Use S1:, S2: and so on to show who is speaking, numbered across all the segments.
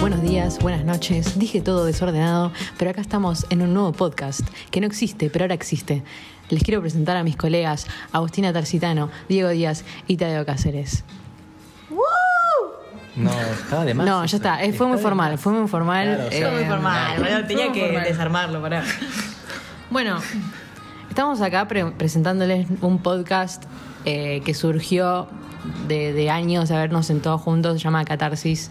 S1: Buenos días, buenas noches, dije todo desordenado, pero acá estamos en un nuevo podcast que no existe, pero ahora existe. Les quiero presentar a mis colegas Agustina Tarcitano, Diego Díaz y Tadeo Cáceres.
S2: No, estaba de más.
S1: No, ya
S2: eso.
S1: está, eh, fue muy
S2: de
S1: formal,
S2: más.
S1: fue muy formal.
S2: Claro, o sea,
S3: Fue muy
S1: eh,
S3: formal, boludo. Ah, Tenía
S1: fue muy
S3: que
S1: formal.
S3: desarmarlo, pará.
S1: Bueno, estamos acá pre- presentándoles un podcast eh, que surgió de, de años de habernos sentado juntos, se llama Catarsis.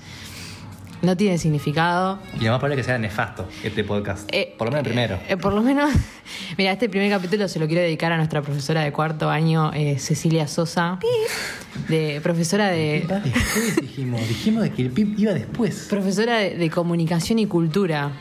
S1: No tiene significado.
S2: Y lo más probable es que sea nefasto este podcast.
S1: Eh,
S2: por lo menos el primero.
S1: eh, por lo menos, mira, este primer capítulo se lo quiero dedicar a nuestra profesora de cuarto año, eh, Cecilia Sosa, de profesora de
S2: Va después, dijimos. Dijimos de que el pip iba después.
S1: profesora de, de comunicación y cultura.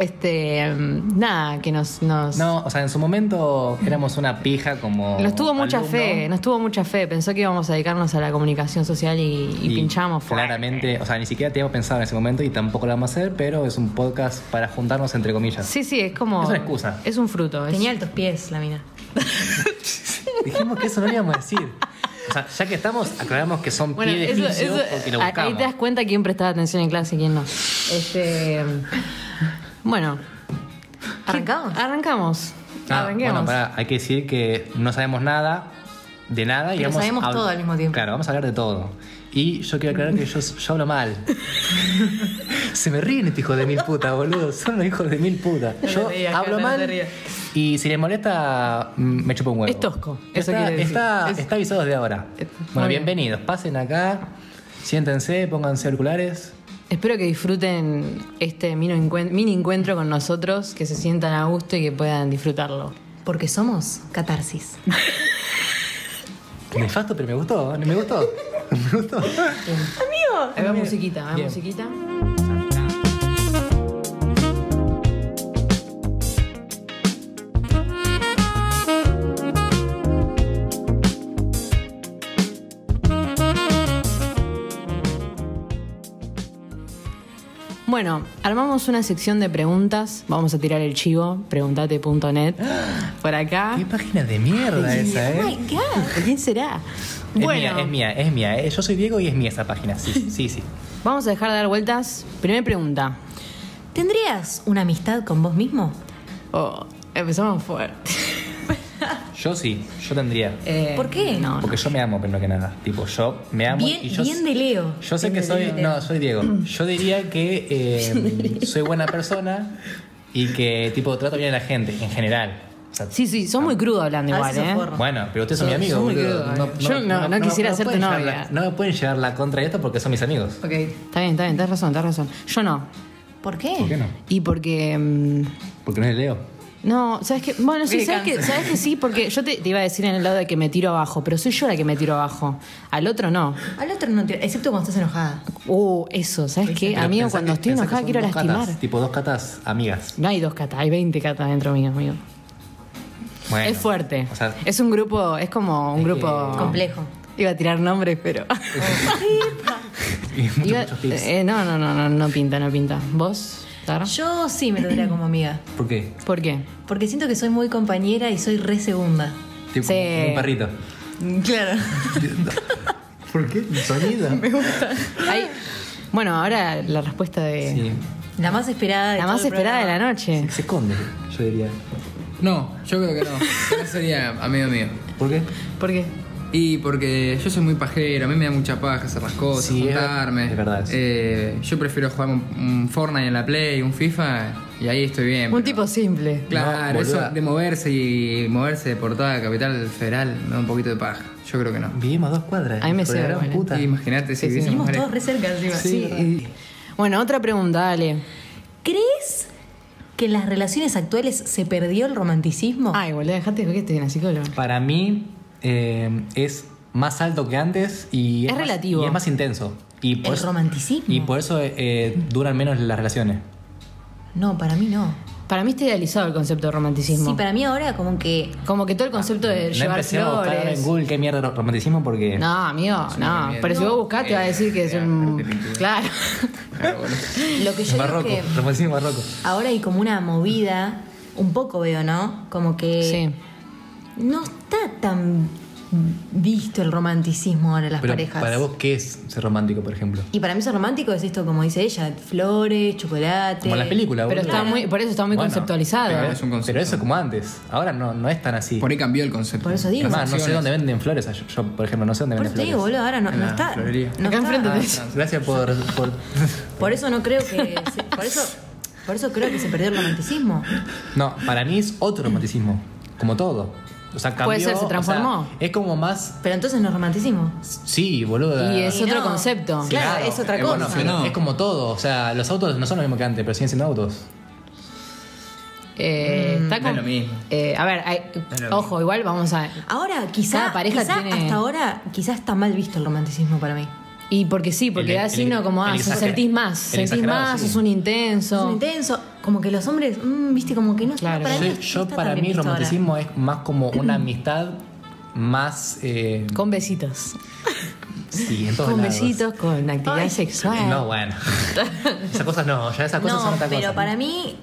S1: Este, mm, nada, que nos, nos
S2: No, o sea, en su momento éramos una pija como.
S1: nos tuvo mucha
S2: alumno,
S1: fe, nos tuvo mucha fe. Pensó que íbamos a dedicarnos a la comunicación social y, y pinchamos fuerte.
S2: Claramente, o sea, ni siquiera teníamos pensado en ese momento y tampoco lo vamos a hacer, pero es un podcast para juntarnos entre comillas.
S1: Sí, sí, es como
S2: Es una excusa.
S1: Es un fruto. es-
S3: Tenía altos pies la mina.
S2: Dijimos que eso no lo íbamos a decir. O sea, ya que estamos, aclaramos que son
S1: Bueno,
S2: pie de
S1: eso-
S2: juicio
S1: eso-
S2: porque lo
S1: ahí
S2: buscamos.
S1: te das cuenta quién prestaba atención en clase y quién no. Este, bueno,
S3: ¿Arrancamos?
S1: arrancamos.
S2: Ah,
S1: Arranquemos.
S2: bueno, pará, hay que decir que no sabemos nada de nada y
S3: Pero
S2: vamos
S3: sabemos
S2: a hab-
S3: todo al mismo tiempo.
S2: Claro, vamos a hablar de todo. Y yo quiero aclarar que yo, yo hablo mal. Se me ríen este hijo de mil puta, boludo. Son los hijos de mil puta.
S3: No te
S2: Yo
S3: rías,
S2: hablo
S3: Cata, no te
S2: mal
S3: rías.
S2: y si les molesta, mm, me chupa un huevo.
S1: Es tosco, eso
S2: Está,
S1: quiere decir.
S2: está,
S1: Es-
S2: está avisado desde ahora.
S1: Eh,
S2: Bueno,
S1: muy bien.
S2: bienvenidos. Pasen acá, siéntense, pónganse auriculares.
S1: Espero que disfruten este mini, encuen- mini encuentro con nosotros, que se sientan a gusto y que puedan disfrutarlo.
S3: Porque somos catarsis.
S2: Nefasto, pero me gustó, ¿eh? me gustó. Me gustó.
S1: Haga musiquita, haga
S2: Bien.
S1: musiquita. Bueno, armamos una sección de preguntas. Vamos a tirar el chivo, preguntate.net. Por acá.
S2: Qué página de mierda esa, eh.
S1: ¿Quién será?
S2: Es mía, es mía, es mía. eh. Yo soy Diego y es mía esa página. Sí, sí, sí.
S1: vamos a dejar de dar vueltas. Primera pregunta.
S3: ¿Tendrías una amistad con vos mismo?
S1: Oh, empezamos fuerte.
S2: Yo sí, yo tendría.
S1: Eh,
S3: ¿Por qué?
S1: No,
S2: Porque yo me amo primero que nada. Tipo, yo me amo
S3: Bien,
S2: y yo.
S3: bien de Leo.
S2: Yo sé
S3: Bien
S2: que
S3: de
S2: soy.
S3: Leo.
S2: No, soy Diego. Yo diría que eh, soy buena persona y que tipo trato bien a la gente en general. O sea,
S1: Sí, sí, son muy crudo hablando
S3: A
S1: igual,
S3: veces
S1: ¿eh?
S3: soporro.
S2: Bueno, pero ustedes son,
S1: Son-
S2: mis amigos.
S1: son muy
S2: boludo.
S1: crudos, eh. Yo no- no quisiera ser tu
S2: pueden llevar
S1: novia.
S2: la- no me pueden llevar la contra de esto porque son mis amigos.
S1: Ok. Está bien, está bien, tenés razón, tenés razón. Yo no.
S3: ¿Por qué?
S2: ¿Por qué no?
S1: Y porque. mm,
S2: Porque no es Leo.
S1: No, ¿sabes qué? Bueno, sí,
S3: Porque
S1: ¿sabes qué?
S3: cansa.
S1: ¿Sabes qué? Sí, porque yo te, te iba a decir en el lado de que me tiro abajo, pero soy yo la que me tiro abajo. Al otro no.
S3: Al otro no te... Excepto cuando estás enojada.
S1: Uh, eso, ¿sabes qué?
S2: Pero
S1: Amigo,
S2: pensá
S1: cuando
S2: que-
S1: estoy
S2: pensá que
S1: enojada
S2: son
S1: quiero
S2: dos catas,
S1: lastimar.
S2: tipo dos catas amigas.
S1: No hay dos catas, hay 20 catas dentro mío, amigo.
S2: Bueno,
S1: es fuerte.
S2: O sea,
S1: es un grupo, es como un
S2: Es que-
S1: grupo.
S3: Complejo.
S1: Iba a tirar nombres, pero.
S2: y muchos,
S1: Iba-
S2: muchos tips.
S1: eh, no, no, no, no, no pinta, no pinta. ¿Vos, Sara?
S3: Yo sí me tendría como amiga.
S2: ¿Por qué?
S1: ¿Por qué?
S3: Porque siento que soy muy compañera y soy re segunda.
S2: Tipo,
S1: Sí.
S2: como un perrito.
S3: Claro.
S2: ¿Por qué? ¿Sonido?
S1: Ay, bueno, ahora la respuesta de.
S2: Sí.
S3: La más esperada de
S1: La
S3: todo
S1: más
S3: el
S1: esperada de
S3: programa.
S1: la noche.
S2: Se esconde, yo diría.
S4: No, yo creo que no. No sería amigo mío.
S2: ¿Por qué?
S1: ¿Por qué?
S4: Y porque yo soy muy pajero, a mí me da mucha paja hacer las cosas,
S2: Sí, es ver-
S4: juntarme.
S2: es verdad eso.
S4: Eh, yo prefiero jugar un, un Fortnite en la Play, un FIFA, y ahí estoy bien.
S1: Un
S4: pero-
S1: tipo simple.
S4: Claro,
S2: No, boluda.
S4: eso de moverse y moverse de portada a capital federal me da un poquito de paja. Yo creo que no.
S2: Vivimos dos cuadras.
S1: A mí me
S2: hijo de la
S1: ceba,
S2: gran
S1: bueno.
S2: puta.
S4: Y Imagínate si
S1: Sí, sí.
S4: hubiese
S3: Venimos
S4: mujeres.
S3: todos re cerca encima.
S2: Sí.
S1: Y- Bueno, otra pregunta, dale.
S3: ¿Crees que en las relaciones actuales se perdió el romanticismo?
S1: Ay, boludo, dejate que te viene psicólogo.
S2: Para mí eh, es más alto que antes y
S1: Es
S2: más-
S1: relativo.
S2: y es más intenso. Y por
S3: ¿El
S2: eso-
S3: romanticismo?
S2: Y por eso eh, eh, duran menos las relaciones.
S3: No, para mí no.
S1: Para mí está idealizado el concepto de romanticismo.
S3: Sí, para mí ahora como que...
S1: Como que todo el concepto de
S2: Ah, no
S1: llevar
S2: empecé a buscar ahora en
S1: flores.
S2: Google qué mierda de romanticismo porque.
S1: No, amigo, no.
S4: mierda.
S1: Pero si
S4: No.
S1: vos buscás te va a decir que es
S4: Eh,
S1: un.
S4: arte pintura.
S1: Claro.
S4: Claro, boludo.
S3: Lo que yo creo
S2: barroco,
S3: que
S2: romanticismo barroco.
S3: ahora hay como una Eh, movida, un poco veo, ¿no? Como que
S1: Sí.
S3: no está tan visto el romanticismo ahora en las
S2: Pero
S3: parejas.
S2: para vos, ¿qué es ser romántico, por ejemplo?
S3: Y para mí ser romántico es esto, como dice ella, flores, chocolate.
S2: Como en las películas,
S1: Pero
S2: boludo.
S1: está muy, por eso está muy
S2: Bueno,
S1: conceptualizado.
S2: Pero,
S4: Es un concepto.
S2: pero eso como antes. Ahora no, no es tan así.
S4: Por ahí cambió el concepto.
S3: Por eso digo.
S2: Es más, no sé
S4: Acciones.
S2: dónde venden flores. Yo, yo, por ejemplo, no sé dónde
S3: Por
S2: venden flores.
S3: eso te digo, boludo, ahora no,
S4: En
S3: no
S4: la
S3: está.
S4: florería.
S3: no
S1: Acá
S3: está.
S1: enfrente de-
S2: Ah, Gracias por, por-
S3: Por eso no creo que. se- por eso. Por eso creo que se perdió el romanticismo.
S2: No, para mí es otro romanticismo. Como todo. O sea, cambió.
S1: Puede ser, se
S2: o sea,
S1: transformó.
S2: es como más.
S3: Pero entonces no es romanticismo.
S2: Sí, boludo.
S1: Y es
S3: Y
S1: otro
S3: no.
S1: concepto.
S3: Sí. claro, es otra cosa.
S4: evolucionó.
S2: Es como todo. O sea, los autos no son lo mismo que antes, pero siguen siendo autos.
S1: Eh,
S2: Mm,
S1: está
S4: no
S1: con-
S4: es lo mismo.
S1: Eh, a ver, hay-
S4: es lo
S1: ojo, igual vamos a.
S3: Ahora, quizá,
S1: Cada pareja
S3: quizá
S1: tiene-
S3: hasta ahora, quizá está mal visto el romanticismo para mí.
S1: Y porque sí, porque
S2: El- e-
S1: da
S2: el-
S1: signo como, ah,
S2: el
S1: sos-
S2: exager-
S1: sentís más,
S2: el
S1: sentís
S2: exagerado,
S1: más,
S2: sí.
S1: sos un intenso.
S3: Es un intenso, como que los hombres, mm, viste, como que no
S1: Claro.
S3: para
S2: Yo,
S3: mí no
S2: yo
S3: está
S2: para
S3: tan
S2: mí,
S3: bien visto ahora.
S2: romanticismo es más como una amistad más. eh,
S1: Con besitos.
S2: sí, en todos
S1: Con
S2: lados.
S1: besitos, con actividad
S3: Ay.
S1: sexual.
S2: Eh, No, bueno. esas cosas no, ya esas cosas
S3: No,
S2: son otra
S3: pero
S2: cosa.
S3: para mí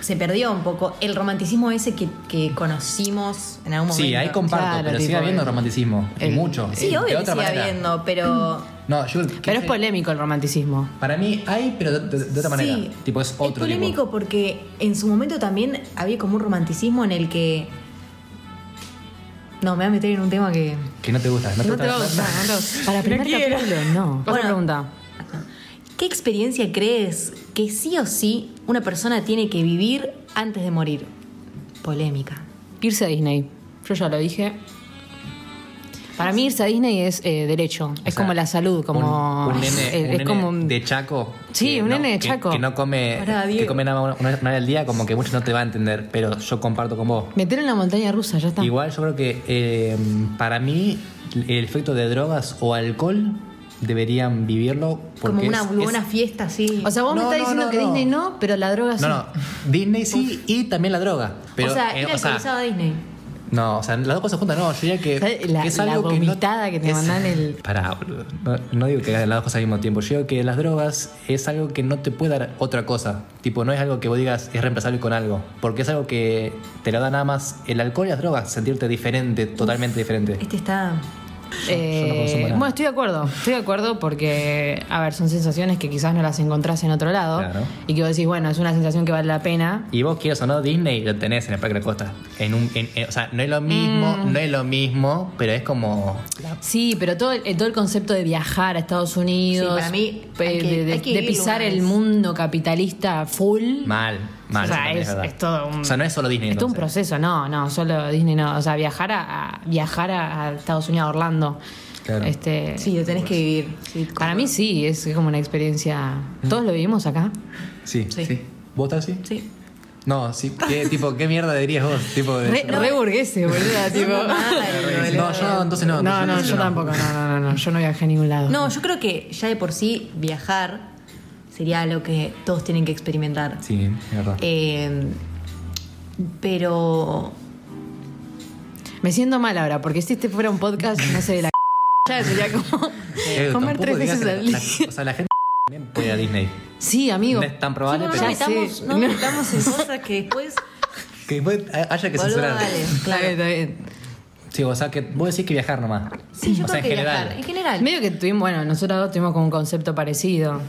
S3: se perdió un poco el romanticismo ese que, que conocimos en algún momento.
S2: Sí, ahí comparto,
S1: Claro,
S2: pero
S1: tipo,
S2: sigue habiendo
S1: el-
S2: romanticismo. y
S1: el-
S2: mucho.
S3: Sí,
S2: de
S3: obvio que
S2: otra
S3: sigue
S2: manera.
S3: habiendo, pero.
S2: No, yo. que
S1: Pero es
S2: sé,
S1: polémico el romanticismo.
S2: Para mí hay, pero de, de- de otra manera.
S3: Sí,
S2: tipo, es otro
S3: Es polémico
S2: tipo.
S3: porque en su momento también había como un romanticismo en el que. No, me voy a meter en un tema que.
S2: Que no te gusta. No,
S1: No te va a gustar, no te va a gustar. Para primer capítulo, no. Otra
S3: Bueno.
S1: pregunta.
S3: ¿Qué experiencia crees que sí o sí una persona tiene que vivir antes de morir? Polémica.
S1: Irse a Disney. Yo ya lo dije. Para mí irse a Disney es eh, derecho.
S2: O
S1: es
S2: sea,
S1: como la salud, como...
S2: Un, un nene,
S1: es,
S2: un
S1: es
S2: nene
S1: como un-
S2: de Chaco.
S1: Sí,
S2: que
S1: un
S2: no-
S1: nene de
S2: que-
S1: Chaco.
S2: Que, no come.
S3: Pará,
S2: que
S3: Diego.
S2: come nada más una, una vez al día, como que muchos no te va a entender. Pero yo comparto con vos.
S1: Meter en la montaña rusa, ya está.
S2: Igual yo creo que eh, para mí el efecto de drogas o alcohol deberían vivirlo porque
S3: Como una
S2: es-
S3: buena
S2: es-
S3: fiesta así.
S1: O sea, vos me
S2: No,
S1: estás
S2: no,
S1: diciendo
S2: no,
S1: que
S2: no.
S1: Disney no, pero la droga sí.
S2: No, no, Disney sí y también la droga. Pero,
S3: o sea,
S2: eh,
S3: ir
S2: o sea,
S3: alcoholizado a Disney.
S2: no, o sea, las dos cosas juntas no, yo diría que,
S1: ¿Sabes? La-
S2: que es
S1: la
S2: algo que no-
S1: vomitada que te
S2: es-
S1: mandan el-
S2: Pará, boludo. No, no digo que hagas las dos cosas al mismo tiempo. Yo digo que las drogas es algo que no te puede dar otra cosa. Tipo, no es algo que vos digas es reemplazable con algo. Porque es algo que te lo da nada más el alcohol y las drogas, sentirte diferente, totalmente diferente.
S3: Este está.
S1: Eh,
S2: yo no consumo nada.
S1: bueno, estoy de acuerdo. Estoy de acuerdo porque, a ver, son sensaciones que quizás no las encontrás en otro lado.
S2: Claro.
S1: Y que vos decís, bueno, es una sensación que vale la pena.
S2: Y vos quieres o no Disney, lo tenés en el Parque de la Costa. En un, en- en- o sea, no es lo mismo,
S1: Mm.
S2: no es lo mismo, pero es como...
S1: Sí, pero todo el, eh, todo el concepto de viajar a Estados Unidos,
S3: Sí, para mí
S1: pe-
S3: hay que-
S1: de, de-
S3: hay que
S1: de
S3: ir
S1: pisar
S3: una vez.
S1: el mundo capitalista full,
S2: Mal,
S1: O
S2: mal. eso
S1: sea,
S2: también
S1: es-
S2: verdad.
S1: es todo un-
S2: O sea, no es solo Disney.
S1: es todo un
S2: entonces.
S1: proceso. No, no, solo Disney no. O sea, viajar a, a- viajar a, a Estados Unidos, a Orlando.
S2: Claro.
S1: Este,
S3: Sí, lo tenés que vivir. Sí, como-
S1: Para mí sí, es como una experiencia.
S2: Mm.
S1: Todos lo vivimos acá.
S2: Sí.
S3: Sí.
S4: Sí.
S2: ¿Vos estás así?
S3: Ah, Sí.
S2: No, sí. ¿Qué, tipo, ¿qué mierda dirías vos? Tipo de-
S1: Re,
S2: no,
S1: re burgueses, boluda, Ah, tipo.
S3: ah, Ay, boludo.
S2: yo entonces
S1: No,
S2: no.
S1: no,
S2: entonces
S1: yo tampoco, no, no, no, no, yo no viajé a ningún lado.
S3: No, yo creo que ya de por sí viajar sería lo que todos tienen que experimentar.
S2: Sí, es verdad.
S3: Eh, pero.
S1: Me siento mal ahora, porque si este fuera un podcast, no sé, de la ya sería como
S2: Eh,
S1: comer
S2: tampoco
S1: tres
S2: digas
S1: veces
S2: que
S1: al
S2: la-
S1: día.
S2: la- O sea, la gente también puede ir a Disney.
S1: Sí, amigo.
S2: No es tan probable,
S3: no,
S2: pero...
S1: ya
S3: metamos,
S1: sé.
S3: no nos metamos en cosas que después.
S2: Que después haya que
S3: Boludo,
S2: censurar.
S3: dale.
S1: Claro,
S3: Claro.
S1: está bien.
S2: Sí, o sea, que vos decís que viajar nomás.
S3: Sí, yo
S2: o sea,
S3: creo
S2: en
S3: que
S2: general.
S3: viajar. En general.
S1: Medio que tuvimos, bueno, nosotros dos tuvimos como un concepto parecido.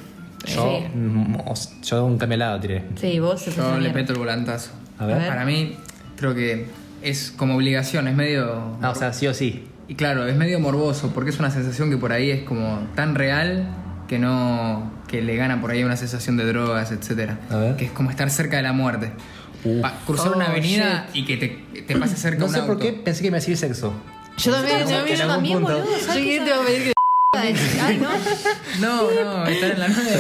S2: Yo,
S3: Sí.
S2: mm, os- yo un cambio al lado tiré.
S3: Sí, vos te
S4: Yo
S3: pensás
S4: le
S3: bien.
S4: peto el volantazo.
S2: A ver.
S4: Para mí, creo que es como obligación, es medio.
S2: Ah, o sea, sí o sí.
S4: Y claro, es medio morboso porque es una sensación que por ahí es como tan real que no. que le gana por ahí una sensación de drogas, etcétera.
S2: A ver.
S4: Que es como estar cerca de la muerte.
S2: Uh.
S4: Pa- cruzar
S1: Oh,
S4: una avenida y que te, te pase cerca
S2: No
S4: un
S2: sé por
S4: auto.
S2: qué pensé que me hacía sexo.
S1: Yo también,
S2: Como
S1: yo también.
S2: que en algún
S3: también,
S2: punto-
S3: boludo.
S1: Yo dije que te iba a pedir que
S3: Ay, no.
S4: No, no, estar en la 9 de,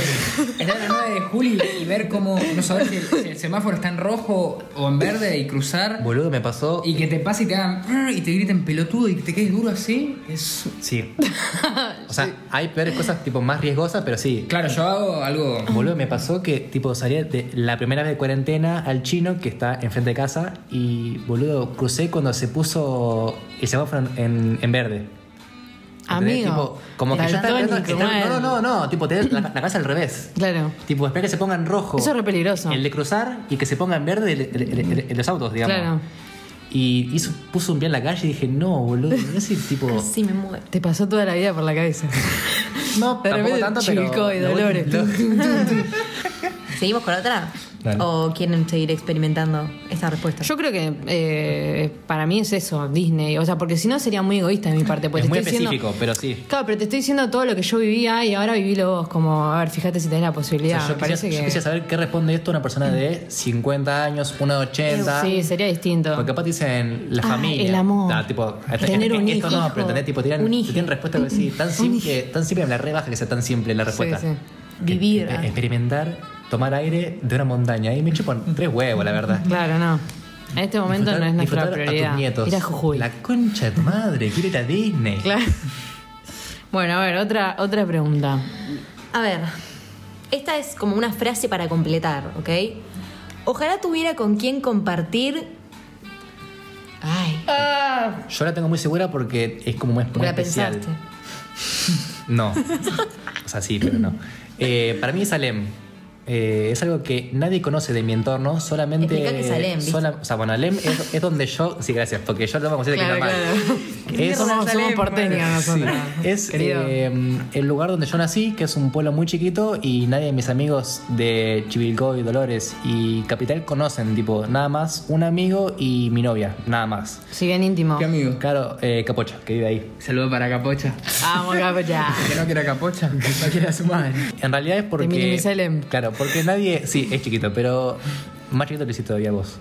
S4: estar en la 9 de julio y ver cómo. no saber si el, si el semáforo está en rojo o en verde y cruzar.
S2: Boludo, me pasó.
S4: Y que te pase y te hagan. "Brr", y te griten pelotudo y que te quedes duro así. Es
S2: Sí. O sea, hay peores cosas tipo más riesgosas, pero sí.
S4: Claro, yo hago algo.
S2: Boludo, me pasó que tipo salí de la primera vez de cuarentena al chino que está enfrente de casa y boludo, crucé cuando se puso el semáforo en, en verde. ¿Entendés?
S1: Amigo,
S2: Tipo, como que yo estaba
S1: daltónico,
S2: esperando- estaba-
S1: mal.
S2: No, no, no, no, tipo, tenés la, la casa al revés.
S1: Claro.
S2: Tipo, espera que se ponga en rojo.
S1: Eso es re peligroso.
S2: El de cruzar y que se ponga en verde el- el- el- el- el- los autos, digamos.
S1: Claro.
S2: Y hizo, puso un pie en la calle y dije, no, boludo, no es el tipo.
S3: Así me muero.
S1: Te pasó toda la vida por la cabeza.
S2: No,
S1: De
S2: tampoco
S1: repente,
S2: tanto, pero.
S1: Chivilcoy,
S2: lo-
S1: Dolores.
S2: lo-
S3: ¿Seguimos con otra?
S2: Dale.
S3: ¿O quieren seguir experimentando esta respuesta?
S1: Yo creo que eh, para mí es eso, Disney. O sea, porque si no sería muy egoísta de mi parte. Porque
S2: es
S1: te
S2: muy
S1: Pues estoy diciendo-
S2: específico, pero sí.
S1: Claro, pero te estoy diciendo todo lo que yo vivía y ahora vivilo vos. Como, a ver, fíjate si tenés la
S2: O sea,
S1: posibilidad.
S2: yo,
S1: Me
S2: quisiera,
S1: parece
S2: yo
S1: que.
S2: quisiera saber qué responde esto a una persona de 50 años, una de 80.
S1: Sí, sería distinto.
S2: Porque capaz dicen la
S1: Ah,
S2: familia.
S1: el amor.
S2: Ah, tipo, esto-
S1: Tener un
S2: esto
S1: hijo.
S2: no, pero tenés, tipo, tiran,
S3: Un
S2: te
S3: hijo.
S2: tiran respuestas así, tan simple, tan simple, me la rebaja que sea tan simple la respuesta.
S1: sí.
S2: Que-
S3: Vivir,
S2: que-
S3: ah.
S2: Em, experimentar, tomar aire de una montaña. Y me chupan tres huevos, la verdad.
S1: Claro, no. En este momento no es
S2: Disfrutar-
S1: nuestra
S2: disfrutar A
S1: prioridad.
S2: tus nietos.
S1: Ir a Jujuy.
S2: La concha de tu madre, quiere ir a Disney.
S1: Claro. Bueno, a ver, otra, otra pregunta.
S3: A ver, esta es como una frase para completar, ¿ok? Ojalá tuviera con quién compartir. Ay,
S2: Yo la tengo muy segura porque es como muy, muy
S3: la
S2: especial.
S3: pensaste.
S2: No. O sea, sí, pero no. Eh, para mí es Salem. Eh, es algo que nadie conoce de mi entorno, solamente.
S3: Explica qué es Salem, ¿viste?
S2: sola- o sea, bueno, Salem es, es donde yo. Sí, gracias, porque yo lo vamos a decir
S1: Claro,
S2: que está mal.
S1: claro.
S2: Es,
S1: somos, somos
S4: Salem,
S1: porteñas
S2: sí,
S1: nosotras.
S2: es
S1: querido.
S2: eh, el lugar donde yo nací, que es un pueblo muy chiquito y nadie de mis amigos de Chivilcoy, Dolores y Capital conocen, tipo, nada más un amigo y mi novia, nada más.
S1: Si bien íntimo.
S4: ¿Qué amigo?
S2: Claro, eh, Capocha, que vive ahí.
S4: Saludo para Capocha.
S1: Vamos, capo, Ah, ya.
S4: Que no quiera Capocha, que no quiera a su madre.
S2: En realidad es porque.
S1: minimicé el em.
S2: Claro, porque nadie. Sí, es chiquito, pero más chiquito que sí todavía vos.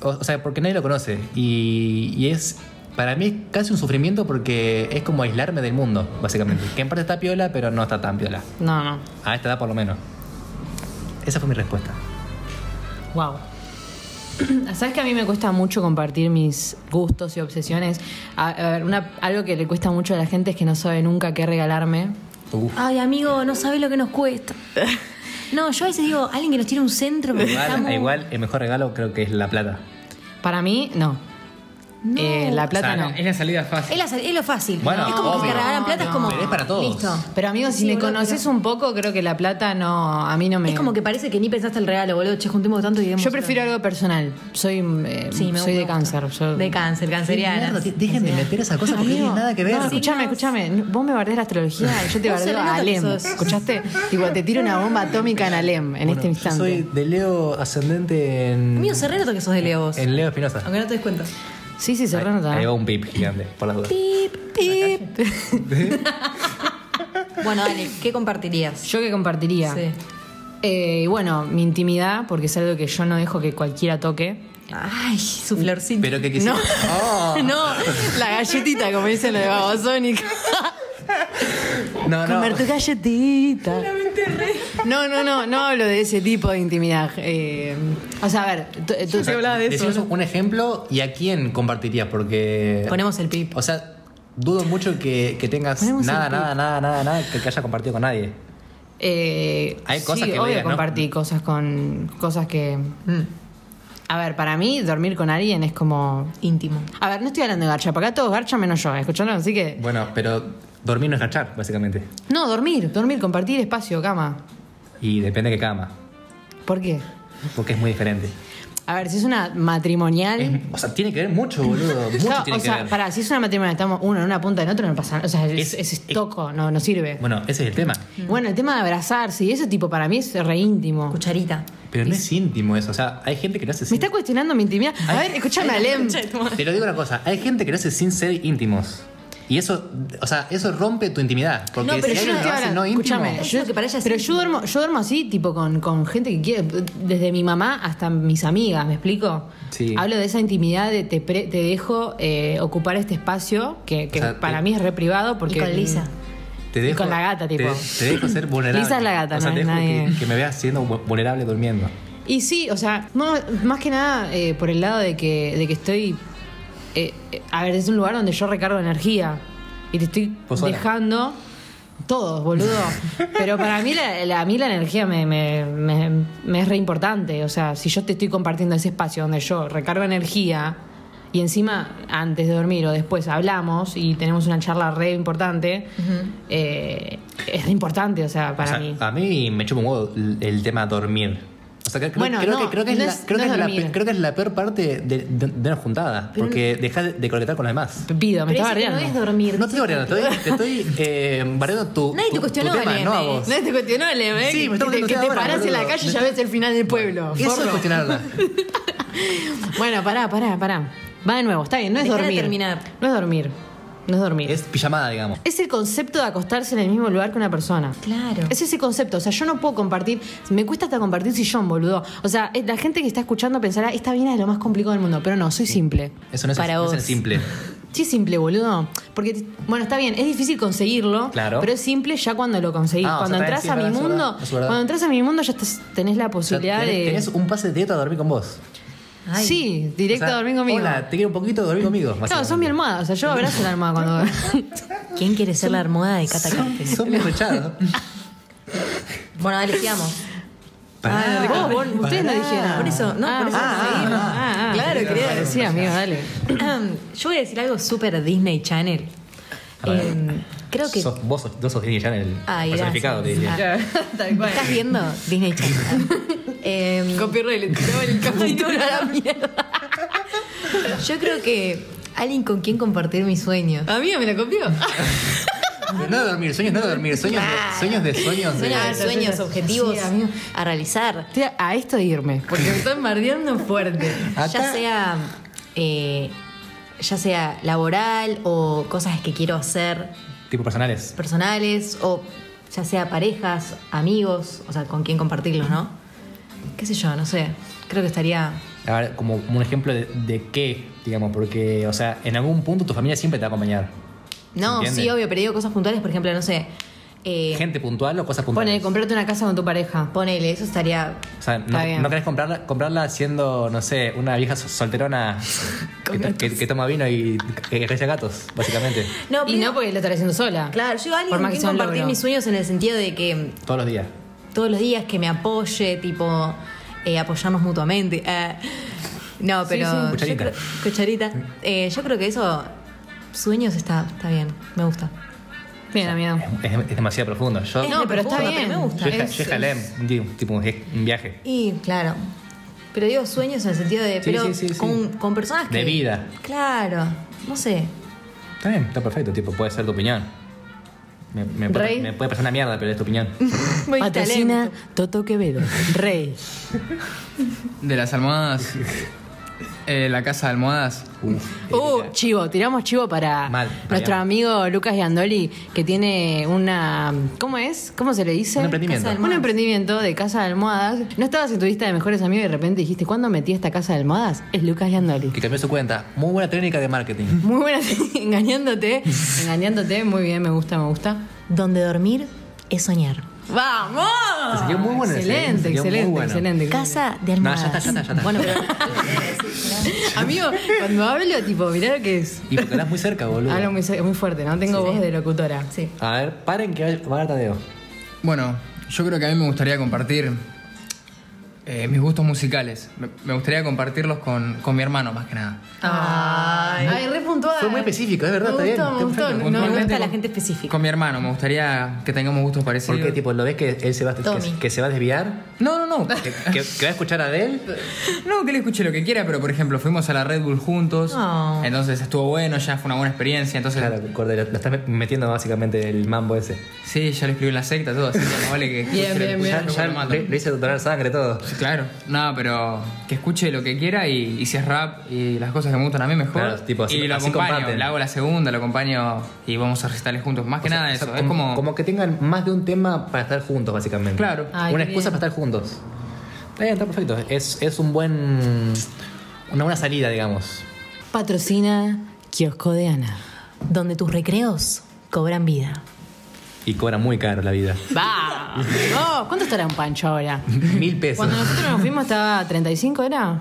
S2: O, o sea, porque nadie lo conoce. Y, y es. Para mí es casi un sufrimiento porque es como aislarme del mundo, básicamente. Que en parte está piola, pero no está tan piola.
S1: No, no.
S2: A esta edad, por lo menos. Esa fue mi respuesta.
S1: Wow. Sabes que a mí me cuesta mucho compartir mis gustos y obsesiones. A, a ver, una- algo que le cuesta mucho a la gente es que no sabe nunca qué regalarme.
S2: Uf.
S3: Ay, amigo, no sabés lo que nos cuesta. No, yo a veces digo, alguien que nos tire un centro, pero
S2: Igual,
S3: estamos-
S2: igual, el mejor regalo creo que es la plata.
S1: Para mí, no.
S3: No.
S1: Eh, la plata
S2: O sea,
S1: no.
S4: Es la salida
S3: Es,
S4: fácil.
S3: la- es lo fácil.
S2: Bueno,
S3: es como que
S2: obvio.
S3: te regalan plata, es como.
S2: Pero es para todos.
S3: Listo.
S1: Pero amigos, si
S3: Sí,
S1: me
S3: boludo,
S1: conoces un poco, creo que la plata no. A mí no me.
S3: Es como que parece que ni pensaste el regalo, boludo. Che, juntemos tanto y demos
S1: Yo prefiero algo personal. Soy, eh,
S3: Sí, me
S1: soy de
S3: gusta.
S1: cáncer. yo-
S3: De cáncer,
S2: Qué
S3: canceriana.
S2: mierda, Dejen de meter esa cosa porque no tiene nada que ver.
S1: No, escuchame, escuchame. Vos me bardés la astrología y yo te
S3: Vos
S1: bardeo
S3: se
S1: a
S3: nota que
S1: Alem.
S3: sos-
S1: ¿Escuchaste? Digo, te tiro una bomba atómica en Alem en
S2: Bueno,
S1: este instante.
S2: Yo soy de Leo ascendente en.
S3: Mío, se re nota que sos de Leo vos.
S2: En Leo Espinosa.
S3: Aunque no te des cuenta.
S1: Sí, sí, se
S2: Ahí-
S1: renota.
S2: Ahí va un pip gigante, por las dudas.
S3: Pip, pip. bueno, dale, ¿qué compartirías?
S1: Yo que compartiría.
S3: Sí.
S1: Eh, y bueno, mi intimidad, porque es algo que yo no dejo que cualquiera toque.
S3: Ay, su florcita.
S2: Pero que quisiera. Oh.
S1: No, la galletita, como dicen los de Babasónica.
S2: No, no.
S1: Comer tu galletita. No, no, no, no hablo de ese tipo de intimidad. Eh, o sea, a ver, tú, tú-
S2: Decinos un ejemplo y a quién compartirías, porque.
S3: Ponemos el pip.
S2: O sea, dudo mucho que, que tengas
S1: Ponemos
S2: nada,
S1: el
S2: nada, nada, nada, nada que, que haya compartido con nadie.
S1: Eh,
S2: Hay cosas
S1: sí,
S2: que
S1: obvio
S2: veas, ¿no?
S1: compartí cosas con cosas que. A ver, para mí dormir con alguien es como.
S3: Íntimo.
S1: A ver, no estoy hablando de garcha, para acá todos garcha menos yo, ¿escucharon? Así que.
S2: Bueno, pero dormir no es cachar, básicamente.
S1: No, dormir, dormir, compartir espacio, cama.
S2: Y depende de qué cama,
S1: ¿Por qué?
S2: porque es muy diferente.
S1: A ver, si es una matrimonial.
S2: Es- o sea, tiene que ver mucho, boludo. Mucho
S1: No,
S2: tiene
S1: o
S2: que
S1: sea,
S2: ver.
S1: pará, si es una matrimonial, estamos uno en una punta en otro, no pasa nada. O sea, es,
S2: Es-
S1: es
S2: es-
S1: estoco, no, no sirve.
S2: Bueno, ese es el tema.
S1: Bueno, el tema de abrazarse y eso, tipo, para mí es re íntimo.
S3: Cucharita.
S2: Pero no es íntimo eso. O sea, hay gente que lo hace
S1: Me
S2: sin.
S1: está cuestionando mi intimidad. A
S2: Ay.
S1: ver, escúchame, Alem.
S2: Te lo digo una cosa, hay gente que lo hace sin ser íntimos. Y eso, o sea, eso rompe tu intimidad. Porque
S3: No, pero
S2: si alguien
S3: yo no
S2: lo
S1: estoy
S2: hace
S1: hablando-
S2: no íntimo,
S1: escúchame,
S3: Es
S1: yo-
S3: lo que para ella es
S1: pero yo
S3: íntimo.
S1: duermo, yo duermo así, tipo con, con gente que quiere, desde mi mamá hasta mis amigas, ¿me explico?
S2: Sí.
S1: Hablo de esa intimidad de te, pre- te dejo eh, ocupar este espacio que, que
S2: O sea,
S1: para
S2: te-
S1: mí es re privado porque...
S3: Y con Lisa.
S2: te
S1: y
S2: dejo,
S1: con la gata,
S2: te-
S1: tipo.
S2: Te, dejo ser vulnerable.
S1: Lisa es la gata,
S2: o sea,
S1: no
S2: te
S1: es
S2: dejo
S1: nadie.
S2: Que, que me veas siendo vu- vulnerable durmiendo.
S1: Y sí, o sea, no, más que nada eh, por el lado de que, de que estoy... eh, eh, a ver, es un lugar donde yo recargo energía y te estoy
S2: Vos sola.
S1: dejando... Todos, boludo. Pero para mí la, la- a mí la energía me, me- me- me es re importante. O sea, si yo te estoy compartiendo ese espacio donde yo recargo energía y encima antes de dormir o después hablamos y tenemos una charla re importante, eh, es re importante, o sea, para
S2: O sea, ah.
S1: mí.
S2: A mí me chupa un huevo el el tema dormir. O sea, que creo,
S1: Bueno,
S2: creo
S1: no,
S2: que, creo, que es
S1: no
S2: la,
S1: es-
S2: creo
S1: no
S2: que
S1: es
S2: es la
S1: dormir.
S2: pe- creo que es la peor parte de, de, de una juntada, porque dejas de, de conectar con los demás.
S1: Pido, me
S3: Pero
S1: está
S3: ese no
S1: bardeando.
S3: es dormir.
S2: No te estoy bardeando, estoy- te estoy eh, bardeando tu,
S3: Nadie te
S2: tu- tu
S3: cuestionó,
S2: tema,
S3: Belén,
S2: no a
S3: eh.
S2: vos.
S1: No te cuestionó el eh,
S2: Sí, me
S1: que
S2: está
S1: te,
S2: poniendo
S1: que te
S2: ahora,
S1: parás en
S2: boludo.
S1: la calle y
S2: Me
S1: ya ves el final del pueblo.
S2: Eso es
S1: forro.
S2: cuestionarla.
S1: Bueno, pará, pará, pará. Va de nuevo, está bien, no es
S3: Dejá de
S1: dormir.
S3: terminar.
S1: No es dormir. No es dormir.
S2: Es pijamada, digamos.
S1: Es el concepto de acostarse en el mismo lugar que una persona.
S3: Claro.
S1: Es ese concepto. O sea, yo no puedo compartir. Me cuesta hasta compartir sillón, boludo. O sea, es- la gente que está escuchando pensará, esta vida es lo más complicado del mundo. Pero no, soy simple.
S2: Eso no es,
S3: Para
S2: no es
S3: vos.
S2: el simple.
S1: Sí, simple, boludo. Porque, bueno, está bien, es difícil conseguirlo.
S2: Claro.
S1: pero es simple ya cuando lo conseguís.
S2: Ah, o
S1: cuando
S2: sea, está
S1: entras
S2: bien,
S1: a mi
S2: sí, es verdad, es
S1: mundo,
S2: verdad, es verdad.
S1: cuando entras a mi mundo ya estás- tenés la
S2: O sea,
S1: posibilidad
S2: tenés,
S1: de.
S2: tenés un pase directo a dormir con vos.
S3: Ay.
S1: Sí, directo
S2: O sea,
S1: a dormir conmigo.
S2: Hola, te quiero un poquito, dormir conmigo.
S1: Claro, sos mi almohada. O sea, yo abrazo la almohada cuando.
S3: ¿Quién quiere ser la almohada de Cata
S2: Son,
S3: Carpes?
S2: son mi fechado.
S3: Bueno, dale, sigamos.
S1: Ah, vos, vos, ustedes no Ah,
S2: Pará.
S1: dijeron.
S3: Por eso, no, por eso seguimos.
S1: ah.
S3: Claro, quería
S1: decir. Sí, amigo, dale.
S3: Yo voy a decir algo súper Disney Channel.
S2: A ver.
S3: Eh, creo que.
S2: Sos, vos sos, vos sos Disney Channel
S3: Ay,
S2: personificado, te
S1: Ah,
S3: gracias.
S2: diría.
S1: Tal cual.
S3: ¿Estás viendo Disney Channel? Eh,
S1: Copyright, le tiraba el capítulo a la mierda.
S3: yo creo que alguien con quien compartir mis sueños.
S1: A mí me la copió.
S2: No dormir, sueños no dormir, sueños de sueños de sueños. de-
S3: Sueños, sueños, objetivos
S1: Sí, amigo.
S3: a realizar.
S1: Estoy a- a esto de irme, porque me están bardeando fuerte.
S2: Acá-
S3: Ya sea. eh, ya sea laboral o cosas que quiero hacer
S2: Tipo personales.
S3: personales o ya sea parejas, amigos, o sea, con quién compartirlos, ¿no? Qué sé yo, no sé. Creo que estaría...
S2: A ver, como, como un ejemplo de, de qué, digamos, porque, o sea, en algún punto tu familia siempre te va a acompañar.
S3: No,
S2: ¿Entiende?
S3: sí, obvio, pero digo cosas puntuales, por ejemplo, no sé. eh,
S2: Gente puntual o cosas puntuales.
S1: Pone, comprarte una casa con tu pareja.
S3: ponele, eso estaría...
S2: O sea,
S1: Está
S2: no,
S1: bien.
S2: no querés comprarla, comprarla siendo, no sé, una vieja so- solterona que, to- que- que toma vino y que reza gatos, básicamente,
S3: No,
S1: Y
S3: pero-
S1: no porque lo estaré haciendo sola.
S3: Claro, yo alguien
S1: Por
S3: con
S1: más que
S3: quien
S1: sea un
S3: compartir
S1: logro.
S3: mis sueños en el sentido de que
S2: todos los días.
S3: todos los días que me apoye, tipo, eh, apoyarnos mutuamente. eh. No, pero...
S1: sí.
S3: yo
S2: Cucharita.
S3: creo- cucharita. Eh, yo creo que eso... Sueños está, está bien, me gusta.
S1: Bien, amigo.
S2: Es, es demasiado profundo. Yo,
S3: Es
S2: yo,
S1: No, pero está
S3: profundo,
S1: bien.
S3: pero me gusta.
S2: esca-
S1: Es-
S2: yo escalé un día, tipo un je- un viaje
S3: Y claro. Pero digo sueños en el sentido de. pero
S2: sí, sí, sí.
S3: Con, con
S1: Ah,
S3: personas que.
S2: de vida.
S3: Claro. No sé.
S2: Está bien, está perfecto, tipo, puede ser tu opinión. Me, me
S1: Rey.
S2: puede, me puede pasar una mierda, pero es tu opinión.
S3: Muy
S1: Patrocina
S3: talento.
S1: Toto Quevedo. Rey.
S4: De las almohadas. Eh, la casa de almohadas.
S1: Uh, chivo, tiramos chivo para
S2: Mal,
S1: nuestro
S2: vaya.
S1: amigo Lucas Gandoli, que tiene una. ¿Cómo es? ¿Cómo se le dice?
S2: Un emprendimiento.
S3: Casa de
S1: Un
S3: almohadas.
S1: emprendimiento de casa de almohadas. No estabas en tu lista de mejores amigos y de repente dijiste, ¿cuándo metí esta casa de almohadas? Es Lucas Gandoli.
S2: Que cambió su cuenta. Muy buena técnica de marketing.
S1: Muy buena, engañándote. engañándote, muy bien, me gusta, me gusta.
S3: Donde dormir es soñar.
S1: ¡Vamos!
S2: Salió muy bueno ese,
S1: excelente,
S2: salió muy
S1: excelente,
S2: bueno.
S1: excelente.
S3: Casa de
S2: No,
S3: almohadas.
S2: ya está, ya está, ya está.
S1: Bueno, pero. Amigo, cuando hablo, tipo, mirá lo que es.
S2: Y porque estás muy cerca, boludo.
S1: Hablo Ah, muy, se- muy fuerte, ¿no? Tengo voz de locutora.
S3: Sí.
S2: A ver, paren que va va a dar Tadeo.
S4: Bueno, yo creo que a mí me gustaría compartir eh, mis gustos musicales. Me, me gustaría compartirlos con, con mi hermano, más que nada.
S1: Ay, re puntual.
S2: Fue muy específico, es verdad,
S1: me
S2: está
S1: gustó,
S2: bien,
S1: Me gustó,
S2: está perfecto.
S1: no,
S3: Me
S1: no,
S3: gusta la gente específica.
S4: Con mi hermano, me gustaría que tengamos gustos parecidos.
S2: Porque, tipo, lo ves que él se va, que,
S3: Tommy.
S2: que se va a desviar,
S4: No, no, no.
S2: que, que- que va a escuchar a Adele.
S4: No, que le escuche lo que quiera, pero por ejemplo, fuimos a la Red Bull juntos.
S3: Oh.
S4: Entonces estuvo bueno, ya fue una buena experiencia. Entonces,
S2: Claro, Cordero, lo estás metiendo básicamente el mambo ese.
S4: sí, ya lo escribí en la secta, todo. Así que no vale que.
S1: Bien, bien,
S4: escuche lo que
S1: bien.
S2: Ya,
S4: escuche,
S2: ya
S4: lo mato.
S2: le, le hice donar sangre todo.
S4: Sí, claro. No, pero que escuche lo que quiera y, y si es rap y las cosas que me gustan a mí mejor.
S2: Claro, tipo, así-
S4: y lo
S2: así
S4: acompaño,
S2: comparten.
S4: le hago la segunda, lo acompaño y vamos a recitarles juntos. Más que nada
S2: O sea,
S4: eso.
S2: o sea,
S4: es como.
S2: que tengan más de un tema para estar juntos, básicamente.
S4: Claro.
S1: Ay,
S2: una
S1: qué
S2: excusa
S1: bien.
S2: para estar juntos. Está bien, está perfecto. Es, es un buen. Una buena salida, digamos.
S1: Patrocina Kiosco de Ana.
S3: Donde tus recreos cobran vida.
S2: Y cobra muy caro la vida.
S1: ¡Va! Oh, ¿Cuánto estará un pancho ahora?
S2: Mil pesos.
S1: Cuando nosotros nos fuimos estaba 35, ¿era?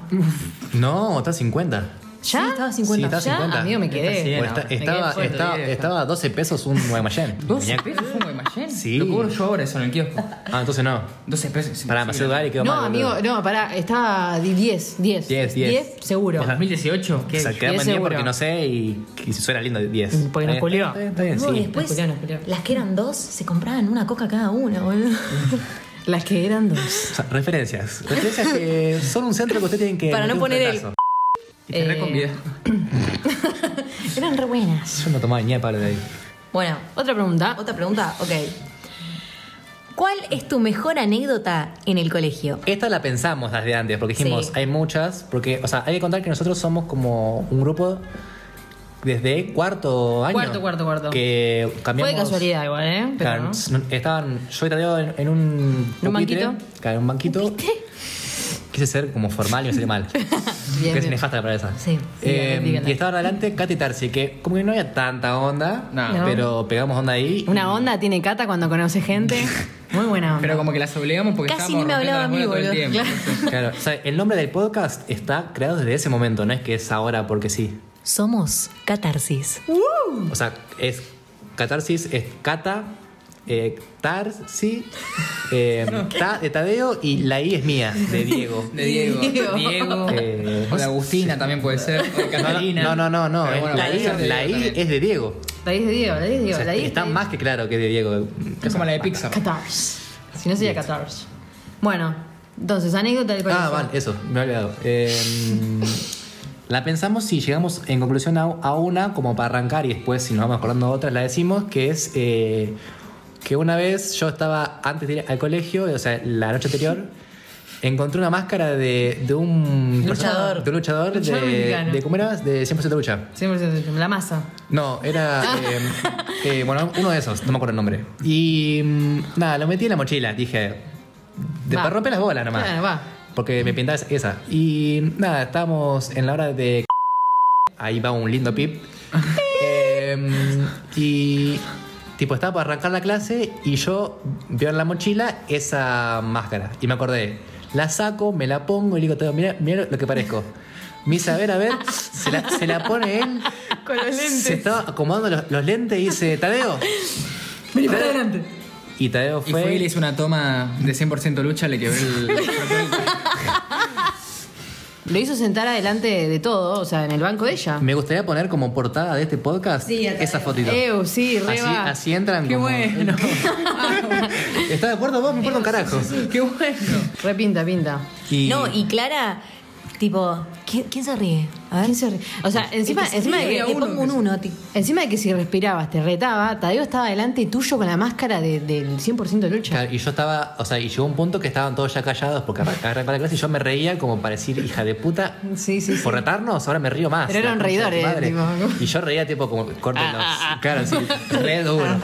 S2: No, está 50.
S1: ¿Ya?
S3: Sí, estaba 50.
S2: Sí, estaba
S1: ¿Ya?
S2: 50.
S1: Amigo, me quedé.
S2: Bueno, está- estaba,
S1: Me quedé fuerte,
S2: estaba,
S4: vieja.
S2: estaba a 12 pesos un Guaymallén.
S4: 12
S2: Muñeco.
S4: pesos un Guaymallén.
S2: Sí.
S4: Lo cobro yo ahora eso en el kiosco.
S2: Ah, entonces no.
S4: 12 pesos. sí,
S2: Pará,
S4: sí,
S2: me hace dudar y quedó
S1: No,
S2: mal. boludo.
S1: amigo, no, pará, estaba 10, 10.
S2: 10, 10.
S1: seguro.
S4: ¿En 2018? ¿Qué?
S2: O sea, quedamos en
S1: Diez
S2: 10 porque
S1: seguro.
S2: no sé y, y suena lindo 10.
S1: Porque nos
S2: Está
S1: culió.
S2: bien, Está bien, está bien, Eh,
S3: No,
S2: sí.
S3: después,
S1: nos culiaron, nos culiaron.
S3: las que eran dos se compraban una coca cada una, boludo.
S1: Las que eran dos.
S2: O sea, referencias. Referencias que son un centro que ustedes tienen que.
S3: Para
S2: meter
S3: no
S2: un
S3: poner el-
S2: trancazo.
S4: Y te
S1: Eh.
S4: reconvido.
S1: Eran re buenas.
S2: Yo no tomaba ni palo de ahí.
S3: Bueno,
S1: Otra pregunta.
S3: otra pregunta, ok. ¿Cuál es tu mejor anécdota en el colegio?
S2: Esta la pensamos las de antes, porque dijimos,
S3: Sí.
S2: hay muchas, porque, o sea, hay que contar que nosotros somos como un grupo desde cuarto año.
S1: Cuarto, cuarto, cuarto.
S2: Que
S1: Fue
S2: cambiamos.
S1: de casualidad igual, ¿eh? Pero
S2: Claro,
S1: no.
S2: s- Estaban yo y Tadeo en, en un.
S1: ¿En un
S2: pupitre,
S1: banquito?
S2: Claro, en un banquito. Quise ser como formal y me salió mal.
S1: Bien,
S2: que es
S1: bien.
S2: nefasta la palabra esa.
S3: Sí,
S1: sí,
S2: Eh,
S1: díganla.
S2: y estaban adelante Katy y Tarsi, que como que no había tanta onda,
S4: No.
S1: No.
S2: pero pegamos onda ahí.
S1: Una onda tiene Cata cuando conoce gente. Muy buena onda.
S4: Pero como que las obligamos porque
S3: Casi
S4: estábamos
S3: ni me
S4: rompiendo
S3: hablaba a mí,
S4: las bolas todo el
S3: boludo.
S4: tiempo.
S3: Claro.
S2: Claro, o sea, el nombre del podcast está creado desde ese momento, no es que es ahora porque sí.
S3: Somos Catarsis.
S2: O sea, es catarsis, es cata, eh, tarsi, eh, ta- de Tadeo y la I es mía, de Diego.
S4: De Diego.
S1: Diego.
S4: Diego.
S2: Eh,
S4: o de Agustina también puede ser. O de Catalina.
S2: No, no, no, no.
S4: Pero
S2: es-
S4: bueno,
S2: la
S4: puede
S2: I,
S4: ser de
S2: la I
S4: Diego también.
S2: es de Diego.
S1: La dice Diego, la dice
S2: O
S1: Diego.
S2: sea,
S1: la dice
S2: está
S1: Diego.
S2: más que claro que es de Diego.
S4: Es como la de Pixar.
S1: Catars. Si no sería Catars. Bueno, entonces, anécdota del colegio.
S2: Ah, vale, eso, me había olvidado. Eh, la pensamos y llegamos en conclusión a, a una como para arrancar y después si nos vamos acordando de otras la decimos, que es eh, que una vez yo estaba antes de ir al colegio, o sea, la noche anterior, encontré una máscara de, de un
S1: Luchador.
S2: de un luchador,
S1: Luchador
S2: de,
S1: mexicano.
S2: de ¿cómo era? De 100% lucha.
S1: 100% la masa.
S2: No, era. eh, eh, bueno, uno de esos, no me acuerdo el nombre. Y. mm, Nada, lo metí en la mochila. Dije. De,
S1: Va.
S2: para romper las bolas nomás.
S1: Claro, va.
S2: Porque me pintaba esa- esa. Y nada, estábamos en la hora de. Ahí va un lindo pip. Eh, y. Tipo, estaba para arrancar la clase y yo veo en la mochila esa máscara. Y me acordé. La saco, me la pongo y le digo, "Teo, mira, mira lo que parezco. Me dice, a ver, a ver. Se la, se la pone él.
S1: Con los
S2: Se estaba acomodando los, los lentes y dice, Tadeo.
S1: Vení para adelante.
S2: Y Tadeo
S4: Y
S2: fue.
S4: fue y le hizo una toma de 100% lucha, le quebró el.
S1: Lo hizo sentar adelante de todo, o sea, en el banco de ella.
S2: Me gustaría poner como portada de este podcast
S3: Sí, a Tadeo.
S2: esa fotito.
S4: Eh,
S1: Eu, sí, re
S2: así,
S1: va.
S2: así entran
S4: Qué
S2: como-
S4: bueno.
S2: ¿Estás de acuerdo vos? Me importa un carajo.
S4: Qué bueno.
S1: Re pinta, pinta.
S2: Y,
S3: No, y Clara, tipo, ¿quién, quién se ríe? A ver.
S1: ¿Quién se ri- O sea, encima,
S3: El que se
S1: encima, de
S3: ríe,
S1: que,
S3: le pongo un uno, ti.
S1: encima de que si respirabas te retaba, Tadeo estaba delante tuyo con la máscara de- del 100% lucha.
S2: claro, y yo estaba, o sea, y llegó un punto que estaban todos ya callados porque arran- arrancó la clase y yo me reía como para decir, hija de puta,
S1: Sí, sí, sí.
S2: por retarnos, ahora me río más.
S1: Pero eran
S2: La concha de tu
S1: reidores,
S2: madre.
S1: tipo.
S2: Y yo reía tipo como, córtenlos. Claro, sí, re duro.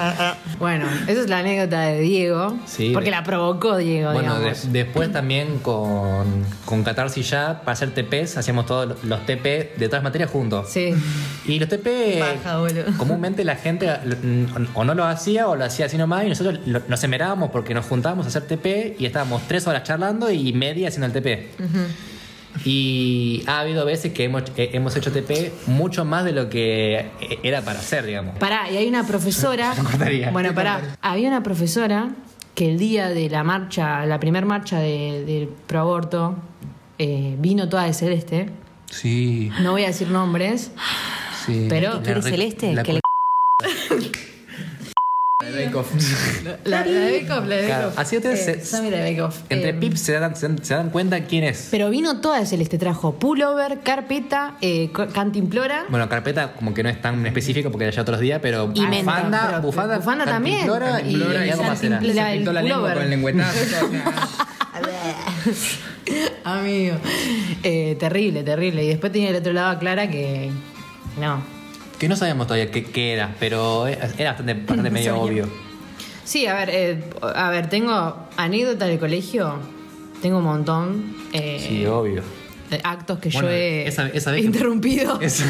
S1: Bueno, esa es la anécdota de Diego.
S2: Sí,
S1: porque
S2: de-
S1: la provocó Diego,
S2: Bueno, de-
S1: ah, digamos.
S2: después también con, con Catarsis ya, para hacer TPs, hacíamos todos los TP de todas las materias juntos.
S1: Sí.
S2: Y los TP,
S3: Baja, boludo.
S2: comúnmente la gente mm, o no lo hacía o lo hacía así nomás y nosotros lo- nos emerábamos porque nos juntábamos a hacer TP y estábamos tres horas charlando y media haciendo el TP. Y ha habido veces que hemos, eh, hemos hecho TP mucho más de lo que eh, era para hacer, digamos.
S1: Pará, y hay una profesora.
S2: cortaría.
S1: bueno, pará. Había una profesora que el día de la marcha, la primer marcha de, del proaborto, eh, vino toda de celeste.
S2: Sí,
S1: No voy a decir nombres.
S2: sí.
S1: Pero-
S2: La
S3: ¿Tú eres
S2: re-
S3: celeste?
S2: la
S3: Que le-
S4: De Bake Off.
S1: La, la de Bekoff, la de
S2: Claro,
S1: Bekoff.
S2: así ustedes se-
S1: Sammy de Bekoff.
S2: Entre
S1: Eh,
S2: pips se dan, se, dan, se dan cuenta quién es.
S1: Pero vino toda de celeste. Trajo pullover, carpeta, eh, co- cantimplora.
S2: Bueno, carpeta como que no es tan específico porque ya otros días, pero
S3: Y menta,
S2: bufanda,
S1: pero-
S2: bufanda,
S1: bufanda también.
S2: cantimplora Y,
S4: Flora
S2: y algo más era.
S1: cantimplora. La-
S4: se pintó la
S1: el
S4: lengua
S1: pullover.
S4: con el lengüetazo. o sea,
S1: Amigo. Eh, terrible, terrible. Y después tenía el otro lado a Clara que. No.
S2: Que no sabemos todavía qué, qué era, pero era bastante, bastante medio obvio.
S1: Sí, a ver, eh, a ver, tengo anécdotas del colegio, tengo un montón eh,
S2: Sí, obvio.
S1: de actos que
S2: Bueno,
S1: yo he
S2: esa- esa vez que-
S1: interrumpido,
S2: Es-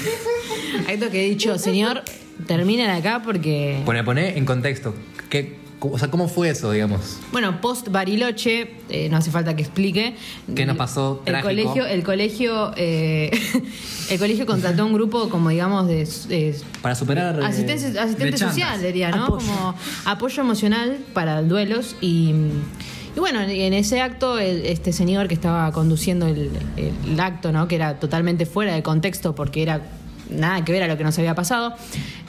S1: actos que he dicho, señor, terminen acá porque,
S2: bueno, poné en contexto. ¿Qué, o sea, ¿Cómo fue eso, digamos?
S1: bueno, post Bariloche, eh, no hace falta que explique.
S2: ¿Qué nos pasó
S1: El
S2: trágico?
S1: colegio, el colegio, eh, el colegio contrató un grupo como digamos de eh,
S2: Para superar. eh,
S1: Asistentes- Asistente,
S4: de chantas.
S1: social, diría, ¿no?
S3: Apoyo.
S1: Como apoyo emocional para duelos. Y, y bueno, en ese acto, el- este señor que estaba conduciendo el, el acto, ¿no? Que era totalmente fuera de contexto porque era nada que ver a lo que nos había pasado,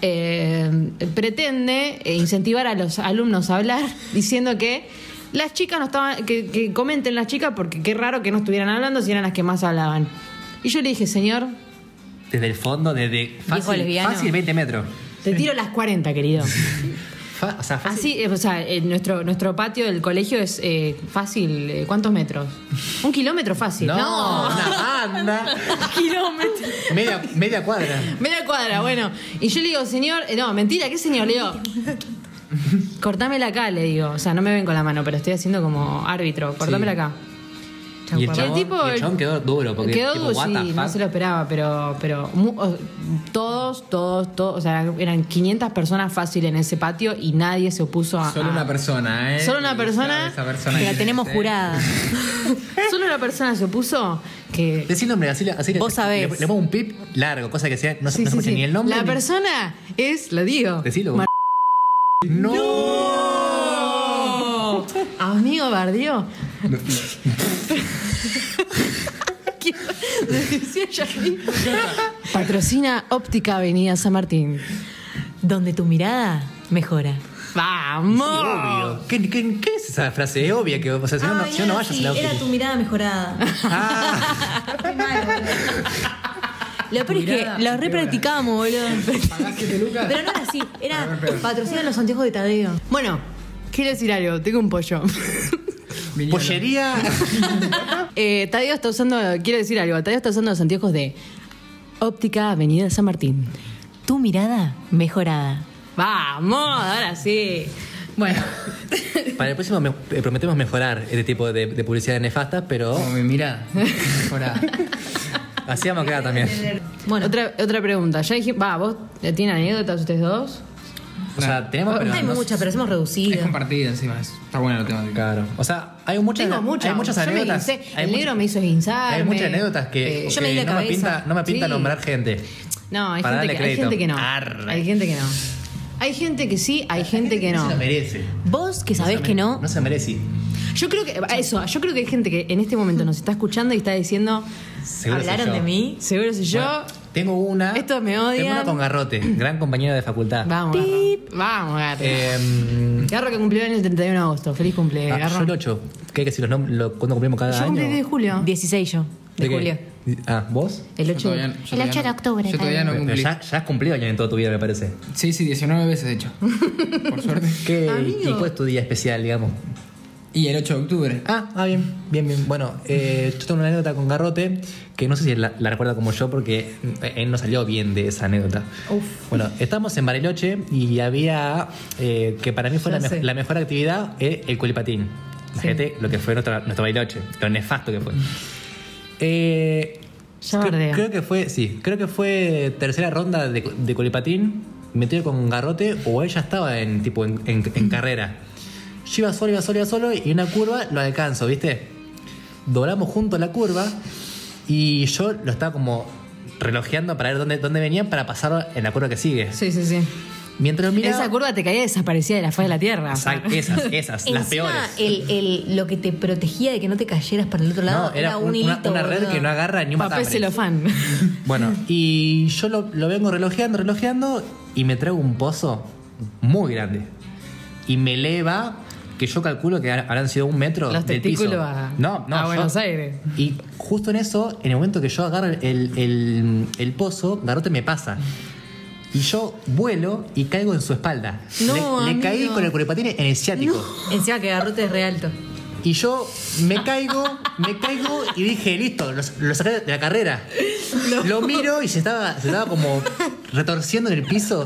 S1: eh, pretende eh, incentivar a los alumnos a hablar diciendo que Las chicas no estaban. Que, que comenten las chicas porque qué raro que no estuvieran hablando si eran las que más hablaban. Y yo le dije, señor, ah.
S2: Desde el fondo, desde fácil,
S3: lesbiano.
S2: fácil 20 metros.
S1: te tiro las 40, querido.
S2: Fa- o sea, fácil.
S1: Así, eh, o sea, eh, nuestro, nuestro patio del colegio es eh, fácil. eh, ¿Cuántos metros? Un kilómetro fácil.
S2: No, una anda.
S1: kilómetro.
S2: Media, media cuadra.
S1: Media cuadra, bueno. Y yo le digo, señor, eh, no, mentira, ¿qué señor? Le digo, cortámela acá, le digo. O sea, no me ven con la mano, pero estoy haciendo como árbitro, cortámela
S2: Sí.
S1: acá.
S2: Y el
S1: Y el
S2: chabón,
S1: tipo-
S2: y el chabón quedó duro. Porque
S1: Quedó
S2: tipo,
S1: duro,
S2: what
S1: sí,
S2: the
S1: no
S2: fuck.
S1: se lo esperaba, pero, pero mu- o- todos, todos, todos, o sea, eran 500 personas fácil en ese patio y nadie se opuso a...
S4: Solo
S1: a-
S4: una persona, ¿eh?
S1: Ah. Solo una
S4: Y
S1: persona.
S4: esa persona
S3: Que la
S4: que
S3: tenemos
S4: es, ¿eh?
S3: jurada.
S2: ¿Eh?
S1: Solo una persona se opuso que...
S2: Decí el nombre, así, le- así le-
S3: Vos sabés.
S2: Le, le pongo un pip largo, cosa que sea, no, se-
S1: Sí,
S2: no se
S1: sí,
S2: escuche
S1: sí.
S2: ni el nombre.
S1: La
S2: ni-
S1: persona es, lo digo.
S2: Decilo.
S1: Mar-
S2: No.
S1: Amigo Bardío. ¿Qué? Decía Jackie. Patrocina Óptica Avenida San Martín.
S3: Donde tu mirada mejora.
S1: ¡Vamos!
S2: Obvio. ¿Qué, qué, qué es esa frase? Es obvia que o sea, si no, no, si no, no vayas a la Ah, óptica.
S3: mirada mejorada. Lo peor es que
S4: Mirada
S3: lo
S4: empeora.
S3: repracticamos, boludo.
S4: Pagás siete lucas.
S3: Pero no era así,
S4: A
S3: era
S4: ver, pero-
S3: patrocina los anteojos de Tadeo.
S1: Bueno, quiero decir algo. Tengo un pollo.
S4: Viniendo.
S2: Pollería.
S1: Eh, Tadeo está usando, quiero decir algo. Tadeo está usando los anteojos de Óptica Avenida San Martín.
S3: Tu mirada mejorada.
S1: ¡Vamos! Ahora sí. Bueno.
S2: Para el próximo me- eh, prometemos mejorar este tipo de, de publicidad nefasta, pero
S4: Como mi mirada. Ahora.
S2: así vamos a quedar también.
S1: Bueno, otra, otra pregunta. Ya dije, va, vos eh, tienen anécdotas ustedes dos.
S2: O sea, tenemos, pero.
S3: Hay
S2: no-
S3: muchas, pero hemos
S4: Es
S3: reducido.
S4: compartida encima. es- Está buena la temática.
S2: Claro. O sea, hay muchas,
S1: Tengo muchas.
S2: hay muchas
S1: Yo me
S2: anécdotas.
S1: guincé.
S2: hay
S1: el
S2: muchas-
S1: negro me hizo Eh, guinzar.
S2: Hay muchas anécdotas que,
S3: Yo me
S2: que
S3: di la
S2: no, me
S3: cabeza.
S2: pinta, no me pinta
S1: Sí. Ah.
S2: nombrar gente.
S1: No, hay
S2: Para
S1: gente, que,
S2: darle
S1: hay
S2: crédito.
S1: gente que no.
S2: Arre.
S1: Hay gente que no. Hay gente que sí, hay gente que no.
S2: se lo merece.
S3: Vos que sabés que no,
S2: No se merece.
S1: Yo creo que, eso, yo creo que hay gente que en este momento nos está escuchando y está diciendo,
S2: Seguro soy
S3: hablaron
S2: yo.
S3: de mí.
S1: seguro soy yo.
S2: Bueno, tengo una.
S1: Estos me
S2: Tengo
S1: odian.
S2: una con Garrote, gran compañero de facultad.
S1: Vamos, Garro. Vamos, Garro.
S2: Eh,
S1: Garro que cumplió en el 31 de agosto. Feliz cumple,
S2: ah, yo
S1: Garro.
S2: el 8. ¿Qué hay que si los nombres? Lo, ¿Cuándo cumplimos cada
S1: Yo
S2: año?
S1: cumplí el 10 de julio.
S3: 16 yo, de,
S2: qué?
S3: julio.
S2: Ah, ¿vos?
S1: El
S4: Yo
S1: 8
S4: todavía- yo todavía
S3: El 8 de
S4: no-
S3: octubre,
S4: Yo todavía no
S2: Pero
S4: cumplí.
S2: ya, ya has cumplido años en toda tu vida, me parece.
S4: Sí, sí, 19 veces de hecho. Por suerte.
S2: ¿Qué,
S1: Amigo.
S2: ¿Y cuál es tu día especial, digamos?
S4: Y el 8 de octubre.
S2: Ah, ah, bien, bien, bien. Bueno, eh, yo tengo una anécdota con Garrote que no sé si la, la recuerda como yo porque eh, él no salió bien de esa anécdota. Bueno, estábamos en Bariloche y había, eh, que para mí fue la,
S1: Ya
S2: me-
S1: sé.
S2: la mejor actividad, eh, el culipatín. Imagínate lo que fue nuestra- nuestro Bariloche, lo nefasto que fue. Eh,
S1: Ya
S2: creo-
S1: bardea.
S2: creo que fue, sí, creo que fue tercera ronda de, de Colipatín, metido con Garrote, o él ya estaba en, tipo, en, en- en carrera. Yo iba solo, iba solo, iba solo, y una curva lo alcanzo, ¿viste? Doblamos juntos la curva, y yo lo estaba como relojeando para ver dónde, dónde venían para pasar en la curva que sigue.
S1: Sí, sí, sí.
S2: Mientras lo miraba...
S1: Esa curva te caía desaparecida de la faz de la tierra.
S2: Sa- Esas, esas, las
S3: Encima,
S2: peores.
S3: El, el- lo que te protegía de que no te cayeras para el otro lado
S2: No, era un-
S3: un
S2: una,
S3: hilito,
S2: una red
S3: boludo.
S2: que no agarra ni un
S1: Papel
S2: matambre.
S1: celofán.
S2: Bueno, y yo lo, lo vengo relojeando, relojeando, y me traigo un pozo muy grande. Y me eleva, que yo calculo que ha- habrán sido un metro
S1: Los
S2: del piso.
S1: testículos a-
S2: no, no,
S1: a
S2: yo-
S1: Buenos Aires.
S2: Y justo en eso, en el momento que yo agarro el, el- el pozo, Garote me pasa. Y yo vuelo y caigo en su espalda.
S3: No,
S2: le, le caí
S3: amigo.
S2: con el curepatine en el ciático.
S3: Encima que Garrote es re alto.
S2: Y yo me caigo, me caigo y dije, listo, lo, lo saqué de la carrera. Lo miro y se estaba, se estaba como retorciendo en el piso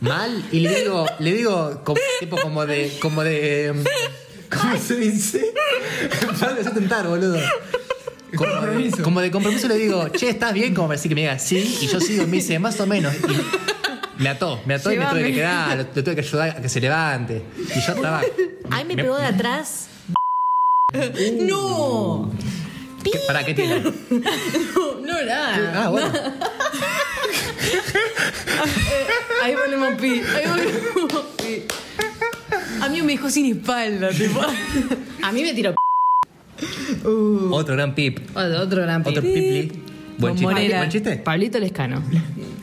S2: mal. Y le digo, le digo, como, tipo como de. como de. um, ¿Cómo se dice? Ya lo sé tentar, boludo. Como de,
S4: Compromiso.
S2: como de compromiso le digo, che, ¿estás bien? Como para decir que me diga sí. Y yo sigo, me dice, más o menos. Y me ató, me ató y me tuve
S1: Llévame.
S2: que quedar, lo, lo tuve que ayudar a que se levante. Y yo estaba.
S3: Ahí me pegó de atrás.
S1: ¡No!
S2: ¿Qué- ¿Para qué tiene?
S1: No, nada.
S2: Ah, bueno.
S1: Ahí ponemos pi. Ahí ponemos pi.
S3: A mí me dejó sin espalda, tipo.
S1: A mí me tiró p-
S2: Otro gran pip.
S1: otro, otro gran pi.
S2: Otro pip Buen chiste.
S3: Bombonera.
S2: ¿Buen chiste?
S1: Pablito Lescano.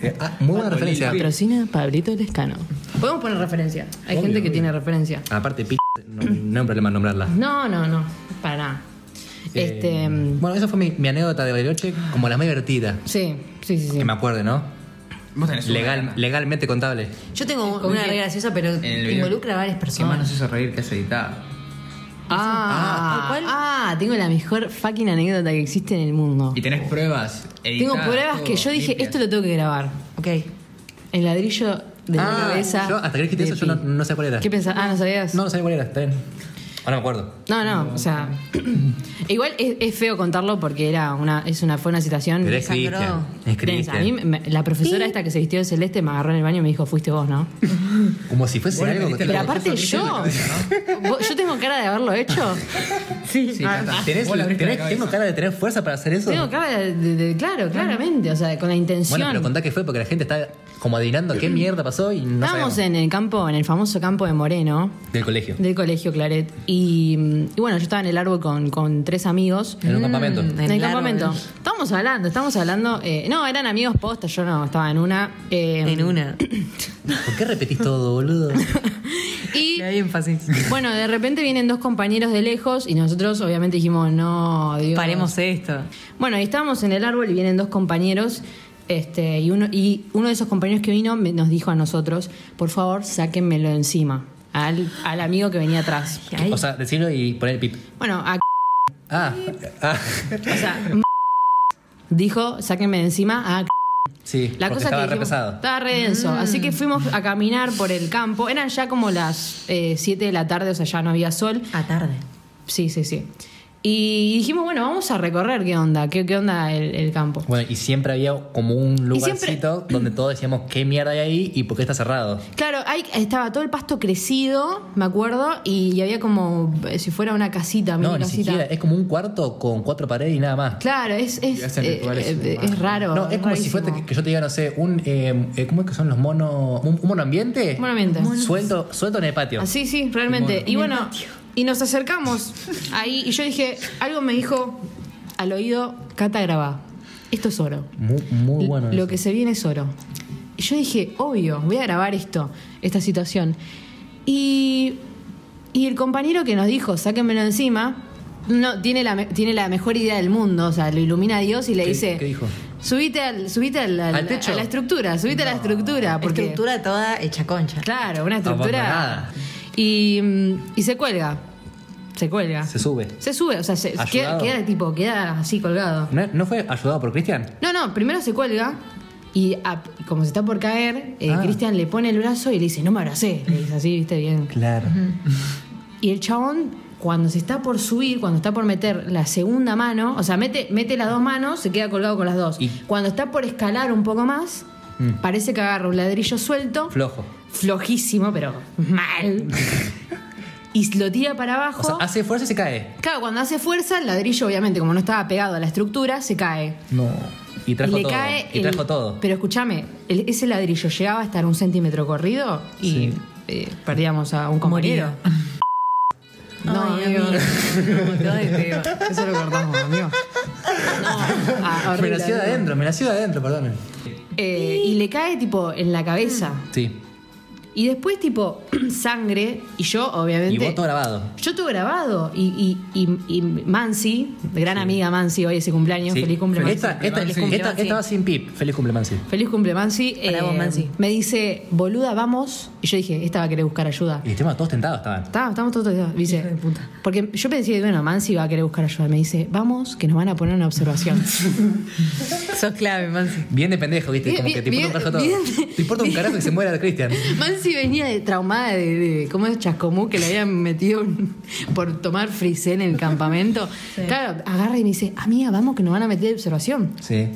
S2: Eh, ah, muy buena referencia.
S1: Patrocina Pablito Lescano. Podemos poner referencia. Hay
S2: Obvio,
S1: gente que
S2: obvio.
S1: tiene referencia.
S2: Aparte, pip No, no hay un problema en nombrarla.
S1: No, no, no, para nada. este,
S2: Eh, bueno, esa fue mi, mi anécdota de Bariloche como la más divertida.
S1: sí, sí, sí, sí.
S2: Que me acuerde, ¿no?
S4: Vos tenés una
S2: Legal-
S4: gana.
S2: legalmente contable.
S3: Yo tengo una re graciosa, pero
S2: Eh,
S4: En el video.
S3: involucra a varias
S4: ¿Qué más nos
S3: personas.
S4: hizo reír que has editado?
S1: Ah,
S3: Ah, ¿cuál?
S1: ah, tengo la mejor fucking anécdota que existe en el mundo.
S4: Y tenés pruebas.
S1: Tengo
S4: editadas,
S1: pruebas
S4: todo,
S1: que yo dije,
S4: limpias.
S1: esto lo tengo que grabar.
S3: Ok.
S1: El ladrillo de la
S2: Ah,
S1: cabeza.
S2: yo hasta que dijiste
S1: de
S2: eso, yo no,
S1: Pi.
S2: no sé cuál era.
S1: ¿Qué pensás? Ah, ¿no sabías?
S2: No, no sé cuál era, está bien. Ahora me acuerdo.
S1: No, no, o sea. igual es, es feo contarlo porque era una, es una, fue una situación.
S2: Pero es
S3: sangró.
S2: Cristian. Es
S1: densa.
S2: Cristian.
S1: A mí, me- la profesora esta que se vistió de celeste me agarró en el baño y me dijo, fuiste vos, ¿no?
S2: Como si fuese
S4: Vos le
S2: algo.
S4: metiste
S2: que-
S1: Pero
S4: la-
S1: aparte
S4: profesora
S1: yo. ¿Vos- ¿Yo tengo cara de haberlo hecho? Sí,
S4: Sí,
S1: ah,
S4: ya está.
S2: ¿Tenés,
S4: Vos le abriste la
S2: tenés-
S4: cabeza.
S2: tengo cara de tener fuerza para hacer eso?
S1: Tengo cara de, de- de- Claro, claramente. O sea, con la intención.
S2: Bueno, pero contá qué fue porque la gente está como adivinando qué mierda pasó y no
S1: Estábamos
S2: sabemos.
S1: en el campo, en el famoso campo de Moreno,
S2: Del colegio.
S1: del colegio Claret. Y, y bueno, yo estaba en el árbol con, con tres amigos.
S2: En un campamento.
S3: Mm,
S1: En el
S3: árbol.
S1: campamento. Estamos hablando, estamos hablando. eh, no, eran amigos posta, yo no, estaba en una. eh,
S3: En una.
S2: ¿Por qué repetís todo, boludo?
S1: Y
S3: Hay énfasis.
S1: bueno, de repente vienen dos compañeros de lejos y nosotros obviamente dijimos, no, Dios.
S3: Paremos esto.
S1: Bueno, y estábamos en el árbol y vienen dos compañeros. Este, y, uno, y uno de esos compañeros que vino me- nos dijo a nosotros, por favor, sáquenmelo de encima. Al, al amigo que venía atrás.
S3: Ay.
S2: O sea, decirlo y poner el pip.
S1: Bueno, a
S2: Ah, ah,
S1: O sea, m- dijo, sáquenme de encima a c-".
S2: sí.
S1: La
S2: porque
S1: cosa
S2: estaba
S1: que
S2: re
S1: dijimos,
S2: pesado.
S1: estaba re denso. Así que fuimos a caminar por el campo. Eran ya como las 7 de la tarde, o sea, ya no había sol.
S3: A tarde.
S1: Sí, sí, sí. Y dijimos, bueno, vamos a recorrer qué onda, qué, qué onda el, el campo.
S2: Bueno, y siempre había como un
S1: Y siempre-
S2: lugarcito donde todos decíamos qué mierda hay ahí y por qué está cerrado.
S1: Claro, ahí estaba todo el pasto crecido, me acuerdo, y había como eh, si fuera una casita, mini
S2: No, ni
S1: casita.
S2: siquiera. Es como un cuarto con cuatro paredes y nada más.
S1: Claro, es, es,
S4: Y hacen
S1: eh,
S4: rituales
S1: eh,
S4: humanos.
S1: es raro.
S2: No, es como si fuese que,
S1: rarísimo.
S2: que yo te diga, no sé, un. eh, eh, ¿Cómo es que son los monos? ¿Un, un monoambiente?
S1: Monoambiente.
S2: Suelto, suelto en el patio.
S1: Ah, sí, sí, realmente. Y bueno, y nos acercamos ahí y yo dije, algo me dijo al oído, Cata grabá, esto es oro.
S2: Muy, muy bueno.
S1: Lo
S2: eso.
S1: que se viene es oro. Y yo dije, obvio, voy a grabar esto, esta situación. Y, y el compañero que nos dijo, sáquenmelo encima, no, tiene, la, me- tiene la mejor idea del mundo, o sea, lo ilumina Dios y le
S2: ¿Qué-
S1: dice...
S2: qué dijo?
S1: Subite, al, subite al- al-
S2: ¿Al techo?
S1: a la estructura, subite a la estructura. Porque
S3: Estructura toda hecha concha.
S1: Claro, una estructura.
S2: Abandonada.
S1: Y, mm, y se cuelga. Se cuelga.
S2: Se sube.
S1: Se sube, o sea, se,
S2: Ayudado.
S1: queda, queda tipo, queda así colgado.
S2: ¿No, no fue ayudado por Cristian?
S1: No, no, primero se cuelga y a- como se está por caer, eh,
S2: Ah.
S1: Cristian le pone el brazo y le dice, no me abracé. Le dice así, viste bien.
S2: Claro.
S1: Y el chabón, cuando se está por subir, cuando está por meter la segunda mano, o sea, mete, mete las dos manos, se queda colgado con las dos.
S2: Y- Mm.
S1: Cuando está por escalar un poco más, parece que agarra un ladrillo suelto
S2: Flojo.
S1: flojísimo, pero mal. y lo tira para abajo.
S2: O sea, hace fuerza y se cae.
S1: Claro, cuando hace fuerza, el ladrillo, obviamente, como no estaba pegado a la estructura, se cae.
S2: No. Y trajo
S1: le
S2: todo.
S1: cae
S2: y
S1: el-
S2: trajo todo.
S1: Pero escúchame, el- ese ladrillo llegaba a estar un centímetro corrido y
S2: Sí.
S1: eh, perdíamos a un compañero. No,
S3: Ay,
S1: amigo.
S3: amigo. No, te odio.
S1: Eso lo cortamos, amigo. No, ah,
S2: me
S1: horrible,
S2: nació de
S1: amigo.
S2: adentro, me nació de adentro, perdón.
S1: Eh, y le cae tipo en la cabeza.
S2: Sí.
S1: Y después, tipo, sangre. Y yo, obviamente.
S2: Y vos todo grabado.
S1: Yo tuve grabado y, y, y, y Mansi, gran amiga Mansi, hoy es su cumpleaños,
S2: Sí.
S1: feliz cumple Mansi.
S2: Esta, esta,
S3: Feliz
S2: esta,
S3: cumple,
S2: esta,
S3: Mansi.
S2: va sin pip. Feliz cumple, Mansi.
S1: Feliz cumple Mansi. Eh,
S3: Para vos, Mansi.
S1: Me dice, boluda, vamos. Y yo dije, esta va a querer buscar ayuda.
S2: Y estamos todos tentados, estaban.
S1: Está- Estamos todos todos- dice,
S3: Hija de puta.
S1: porque yo pensé, bueno, Mansi va a querer buscar ayuda. Me dice, vamos, que nos van a poner una observación.
S3: Sos clave, Mansi.
S2: Bien de pendejo, viste,
S1: Bien,
S2: como que te importa
S1: bien,
S2: un carajo todo.
S1: bien.
S2: Te importa un carajo que se muera Cristian.
S1: Mansi venía de traumada de, de- ¿cómo es Chascomú? Que le habían metido un- por tomar frisé en el campamento. Claro, agarra y me dice, amiga, vamos, que nos van a meter de observación.
S2: Sí.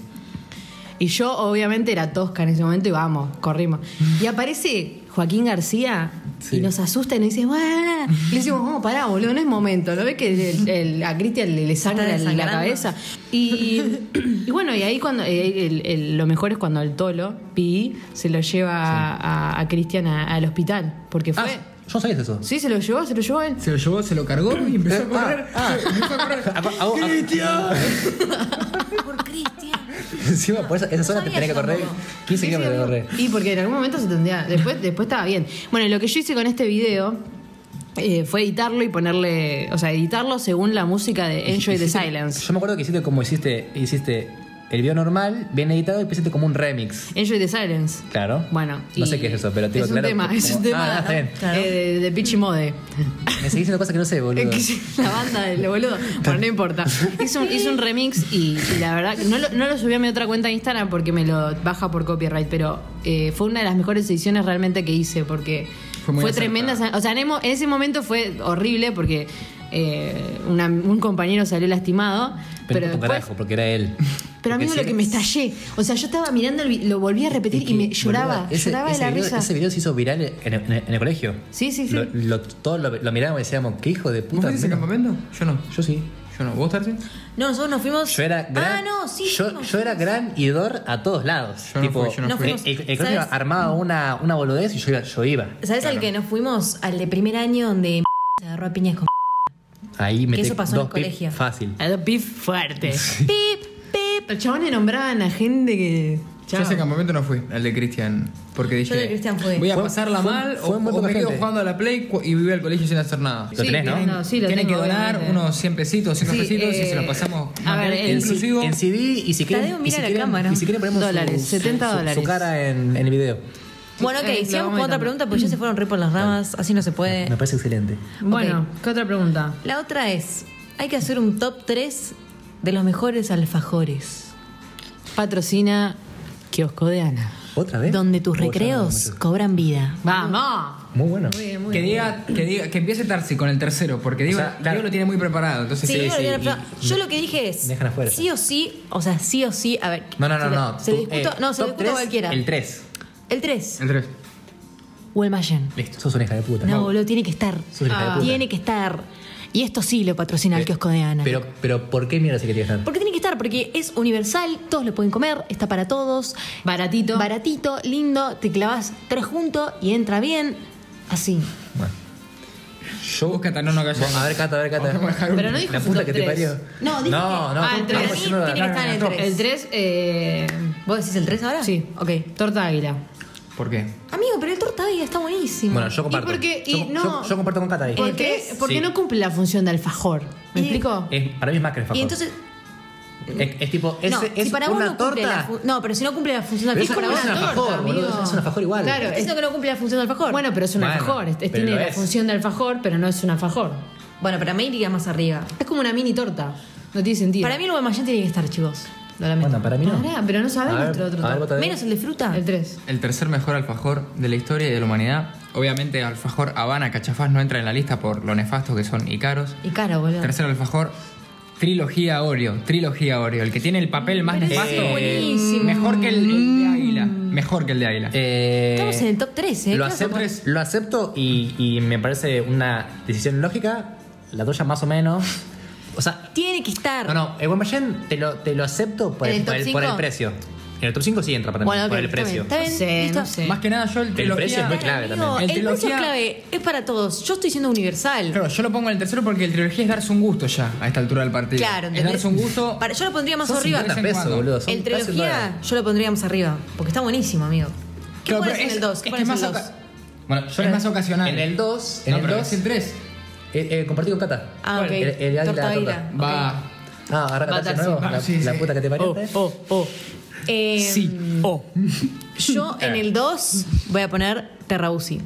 S1: Y yo, obviamente, era tosca en ese momento y vamos, corrimos. Y aparece Joaquín García
S2: Sí.
S1: y nos asusta y nos dice, ¡guau! Y le decimos, vamos, pará, boludo, no es momento. ¿No ves que el- el- a Cristian le, le sangra
S3: Está
S1: la
S3: desangrando.
S1: cabeza? Y, y bueno, y ahí cuando eh, el- el- lo mejor es cuando el tolo, Pi, se lo lleva a, a Cristian a- al hospital. Porque fue.
S2: Ah, yo no sabía eso.
S1: Sí, se lo llevó, se lo llevó él.
S4: Se lo llevó, se lo cargó y empezó a
S2: Eh,
S4: correr.
S2: ah, ah.
S4: Empezó a correr.
S2: Ah, ah, ah.
S3: Por Cristian.
S2: Encima, por esa, esa zona te
S3: sabía
S2: tenés que
S3: yo
S2: correr.
S3: tampoco.
S2: 15
S1: Sí, sí,
S2: kilómetros de
S1: amigo.
S2: correr.
S1: Y porque en algún momento se tendría. Después, después estaba bien. Bueno, y lo que yo hice con este video eh, fue editarlo y ponerle, o sea, editarlo según la música de Enjoy the
S2: Hiciste-
S1: Silence.
S2: Yo me acuerdo que hiciste como hiciste, hiciste el video normal, bien editado, y pusiste como un remix.
S1: Enjoy the Silence.
S2: Claro.
S1: Bueno,
S2: No
S1: y-
S2: sé qué es eso, pero te digo,
S1: es
S2: claro,
S1: un tema,
S2: como-
S1: es un
S2: ah,
S1: tema
S2: está bien.
S3: Claro.
S1: eh, de, de Pichi Mode.
S2: Me seguís diciendo cosas que no sé, boludo.
S1: Que sí, la banda del boludo. Bueno, no importa. Hizo un, hizo un remix y, y la verdad que no lo, no lo subí a mi otra cuenta de Instagram porque me lo baja por copyright, pero eh, fue una de las mejores ediciones realmente que hice porque
S4: Fue
S1: fue,
S4: muy acertada.
S1: tremenda. esa- O sea, en, emo- en ese momento fue horrible porque eh, una- un compañero salió lastimado. Pero,
S2: Pero, no por
S1: después-
S2: carajo, porque era él.
S1: pero amigo,
S2: Porque
S1: lo
S2: si-
S1: que me estallé. O sea, yo estaba mirando, el vi- lo volví a repetir y me
S2: Boluda,
S1: lloraba.
S2: ese-
S1: lloraba
S2: ese
S1: de la
S2: video-
S1: risa.
S2: Ese video se hizo viral en, en- en el colegio.
S1: Sí, sí, sí.
S2: Lo, lo- todos lo, lo mirábamos y decíamos, qué hijo de
S4: ¿Vos
S2: puta.
S4: fuiste ese
S2: menos-
S4: campamento? Yo no.
S2: Yo sí.
S4: Yo no. ¿Vos, Tati?
S3: No, nosotros nos fuimos.
S2: Yo era gran,
S3: Ah, no, sí.
S2: yo,
S3: fuimos.
S2: yo era gran idor a todos lados.
S4: Yo no
S2: tipo,
S4: fui, yo no
S3: No fui.
S2: el,
S3: fuimos.
S2: el- el colegio
S3: ¿Sabes?
S2: armaba una, una boludez y yo iba. Yo iba.
S3: ¿Sabes al
S4: Claro.
S3: que nos fuimos? Al de primer año donde se agarró a piñas con.
S2: Ahí me
S3: eso pasó en el colegio.
S2: Fácil.
S1: A los pif fuerte.
S3: Pip, pip.
S1: Los chabones nombraban a gente que.
S4: Yo a ese campamento no fui, al de Cristian. Porque dije.
S3: de Cristian fui.
S4: Voy a
S2: Fue-
S4: pasarla
S2: fue-
S4: mal
S2: fue
S4: o,
S2: muy
S4: o
S2: poca
S4: me quedo
S2: gente.
S4: jugando a la Play cu- y vivo al colegio sin hacer nada.
S2: Lo tenés, ¿no?
S1: tienen- sí, lo
S4: Tienen
S1: tengo,
S4: que donar
S1: obviamente.
S4: unos 100 pesitos, 5
S1: Sí,
S4: pesitos y
S1: eh,
S4: se los pasamos.
S1: a ver,
S4: más
S1: el-
S4: inclusivo.
S2: En CD y si quieren,
S3: Tadeo,
S2: y
S3: mira
S2: si
S3: la
S2: quieren-
S3: cámara.
S2: y si quieren ponemos su-
S1: Dólares,
S2: su,
S1: 70
S2: su- su
S1: dólares.
S2: cara en, en el video.
S3: Bueno, ok,
S1: Eh, lo
S3: sigamos
S1: vamos
S3: con otra
S1: mirando.
S3: pregunta porque ya se fueron re por las ramas, así no se puede.
S2: Me parece excelente.
S1: Bueno, ¿qué otra pregunta?
S3: La otra es: hay que hacer un top 3 de los mejores alfajores.
S1: Patrocina Kiosco de Ana.
S2: ¿Otra vez?
S3: Donde tus
S2: Oh, ya no,
S3: recreos
S2: muchachos.
S3: cobran vida.
S1: ¡Vamos!
S2: Muy bueno.
S4: Que diga, que diga, que empiece Tarsi con el tercero, porque Diego,
S2: sea, claro.
S4: Diego lo tiene muy preparado. Entonces,
S3: Sí,
S4: sí,
S3: yo, lo
S4: sí.
S3: voy a la- yo lo que dije es.
S2: me dejan afuera.
S3: Sí o sí, o sea, sí o sí. A ver.
S2: No, no, no,
S3: se lo-
S2: no.
S3: Se
S2: Tú,
S3: lo discuto,
S2: eh,
S3: no, se lo
S2: top
S3: discuto a
S2: tres,
S3: cualquiera.
S2: El 3.
S3: El 3.
S4: El 3.
S3: O el Mayen.
S2: Listo. Sos una hija de puta.
S3: No, boludo, tiene que estar. Ah.
S2: Sos una hija de puta.
S3: Tiene que estar. Y esto sí lo patrocina el
S2: Eh,
S3: kiosco de Ana.
S2: Pero, pero ¿por qué mierda se quería estar?
S3: ¿Por qué tiene que estar? Porque es universal, todos lo pueden comer, está para todos.
S1: Baratito.
S3: Baratito, lindo, te clavas tres juntos y entra bien. Así.
S2: Bueno.
S4: Yo. Vos, Cata, no, no calles.
S2: Vos, a ver, Cata, a ver, Cata.
S4: Vamos a dejar
S1: Pero no
S4: uno.
S1: dijo
S2: La
S1: su
S2: puta
S1: top
S2: que te
S1: tres.
S2: parió.
S3: No, dije
S2: no,
S3: que-
S2: no.
S1: Ah, el
S2: no,
S1: tres.
S2: no,
S1: Sí,
S2: no, no,
S3: tiene que estar en el
S2: no.
S3: tres.
S1: El 3, eh,
S3: ¿Vos decís el 3 ahora?
S1: sí,
S3: Ok.
S1: torta águila.
S4: ¿Por qué?
S3: Amigo, pero el torta águila está buenísimo.
S2: Bueno, yo comparto.
S1: porque- y
S2: yo, yo-
S1: no.
S2: yo comparto con Cata ahí.
S1: ¿Por
S3: ¿El
S1: qué?
S3: tres?
S1: Porque
S2: Sí.
S1: no cumple la función de alfajor. ¿Me
S3: Y-
S1: explico?
S2: Es, para mí es más que el
S3: y
S2: alfajor.
S3: entonces.
S2: es, es tipo, es,
S3: no,
S2: es
S3: si para vos
S2: una
S3: no cumple la
S2: torta.
S3: fu- No, pero si no cumple la función
S2: Pero
S3: del
S2: es,
S1: como
S3: alfajor.
S1: una
S2: una- es un
S1: torta,
S2: alfajor, boludo.
S1: amigo.
S2: Es un alfajor igual.
S1: Claro.
S3: Está diciendo que no cumple la función del alfajor.
S1: Bueno, pero es un
S2: Bueno,
S1: alfajor. es- es-
S2: pero
S1: tiene
S2: lo
S1: la
S2: es.
S1: función de alfajor, pero no es un alfajor.
S3: Bueno, para mí iría más arriba.
S1: Es como una mini torta. No tiene sentido.
S3: Para mí el Guaymallén tiene que estar, chicos. Lo lamento.
S2: Bueno, para mí no.
S1: Pará, pero no sabés
S2: A ver,
S1: nuestro otro
S2: a ver,
S1: top.
S2: vos te-
S3: Menos el de fruta.
S1: El 3.
S4: El tercer mejor alfajor de la historia y de la humanidad. Obviamente, alfajor Habana Cachafaz no entra en la lista por lo nefastos que son y caros.
S3: Y caro, boludo.
S4: Tercer alfajor, trilogía Oreo. Trilogía Oreo. El que tiene el papel
S1: Mm.
S4: más
S3: Pero ese
S4: nefasto.
S2: Eh,
S3: es
S1: Eh,
S3: buenísimo.
S4: Mejor que el, el de Águila. Mejor que el de Águila.
S2: Eh,
S3: Estamos en el top 3, ¿eh?
S2: Lo
S3: ¿Qué vas a
S2: acepto,
S3: poner?
S2: lo acepto y, y me parece una decisión lógica. La tuya más o menos. O sea,
S3: Tiene que estar.
S2: no, no, el Guaymallén te lo, te lo acepto por
S3: ¿En
S2: el,
S3: el
S2: por
S3: top
S2: el- por el
S3: cinco?
S2: precio. En el top 5 sí entra para mí,
S3: Bueno, ok,
S2: por el
S3: está
S2: precio.
S3: bien, está bien,
S1: No sé,
S3: listo.
S1: no sé.
S4: Más que nada, yo el trilogía.
S2: precio es muy claro. clave
S3: Amigo,
S4: también.
S3: El,
S4: El
S3: precio
S4: trilogía-
S3: es clave. Es para todos. Yo estoy siendo universal.
S4: Claro, yo lo pongo en el tercero porque el trilogía es darse un gusto ya a esta altura del partido.
S3: Claro,
S4: es
S3: ¿entendés?
S4: darse un gusto.
S3: Para- yo lo pondría más
S2: Son
S3: arriba.
S2: 50
S4: de vez en
S2: pesos,
S4: cuando.
S2: boludo. son casi
S3: El trilogía
S2: nueve.
S3: yo lo pondría más arriba. Porque está buenísimo, amigo. ¿Qué
S4: Claro,
S3: pones
S4: pero
S3: en el 2? ¿Qué
S4: es que
S3: pones en
S4: más
S3: el 2?
S4: oca- Bueno, yo es más ocasional.
S2: En el 2, en
S4: No,
S2: el
S4: pero
S2: 2,
S4: es el 3.
S2: eh, eh, compartí con Cata.
S3: Ah, ok.
S2: El, el águila
S3: Torta
S2: torta.
S3: águila.
S4: Va.
S2: Ah, ahora
S1: Va a
S2: Cata de
S1: darse-
S2: nuevo.
S4: va,
S2: la,
S4: sí,
S2: la
S4: sí.
S2: puta que te parió.
S1: oh, oh.
S3: Eh,
S4: Sí.
S1: Oh.
S3: Yo en el 2 voy a poner Terrausi.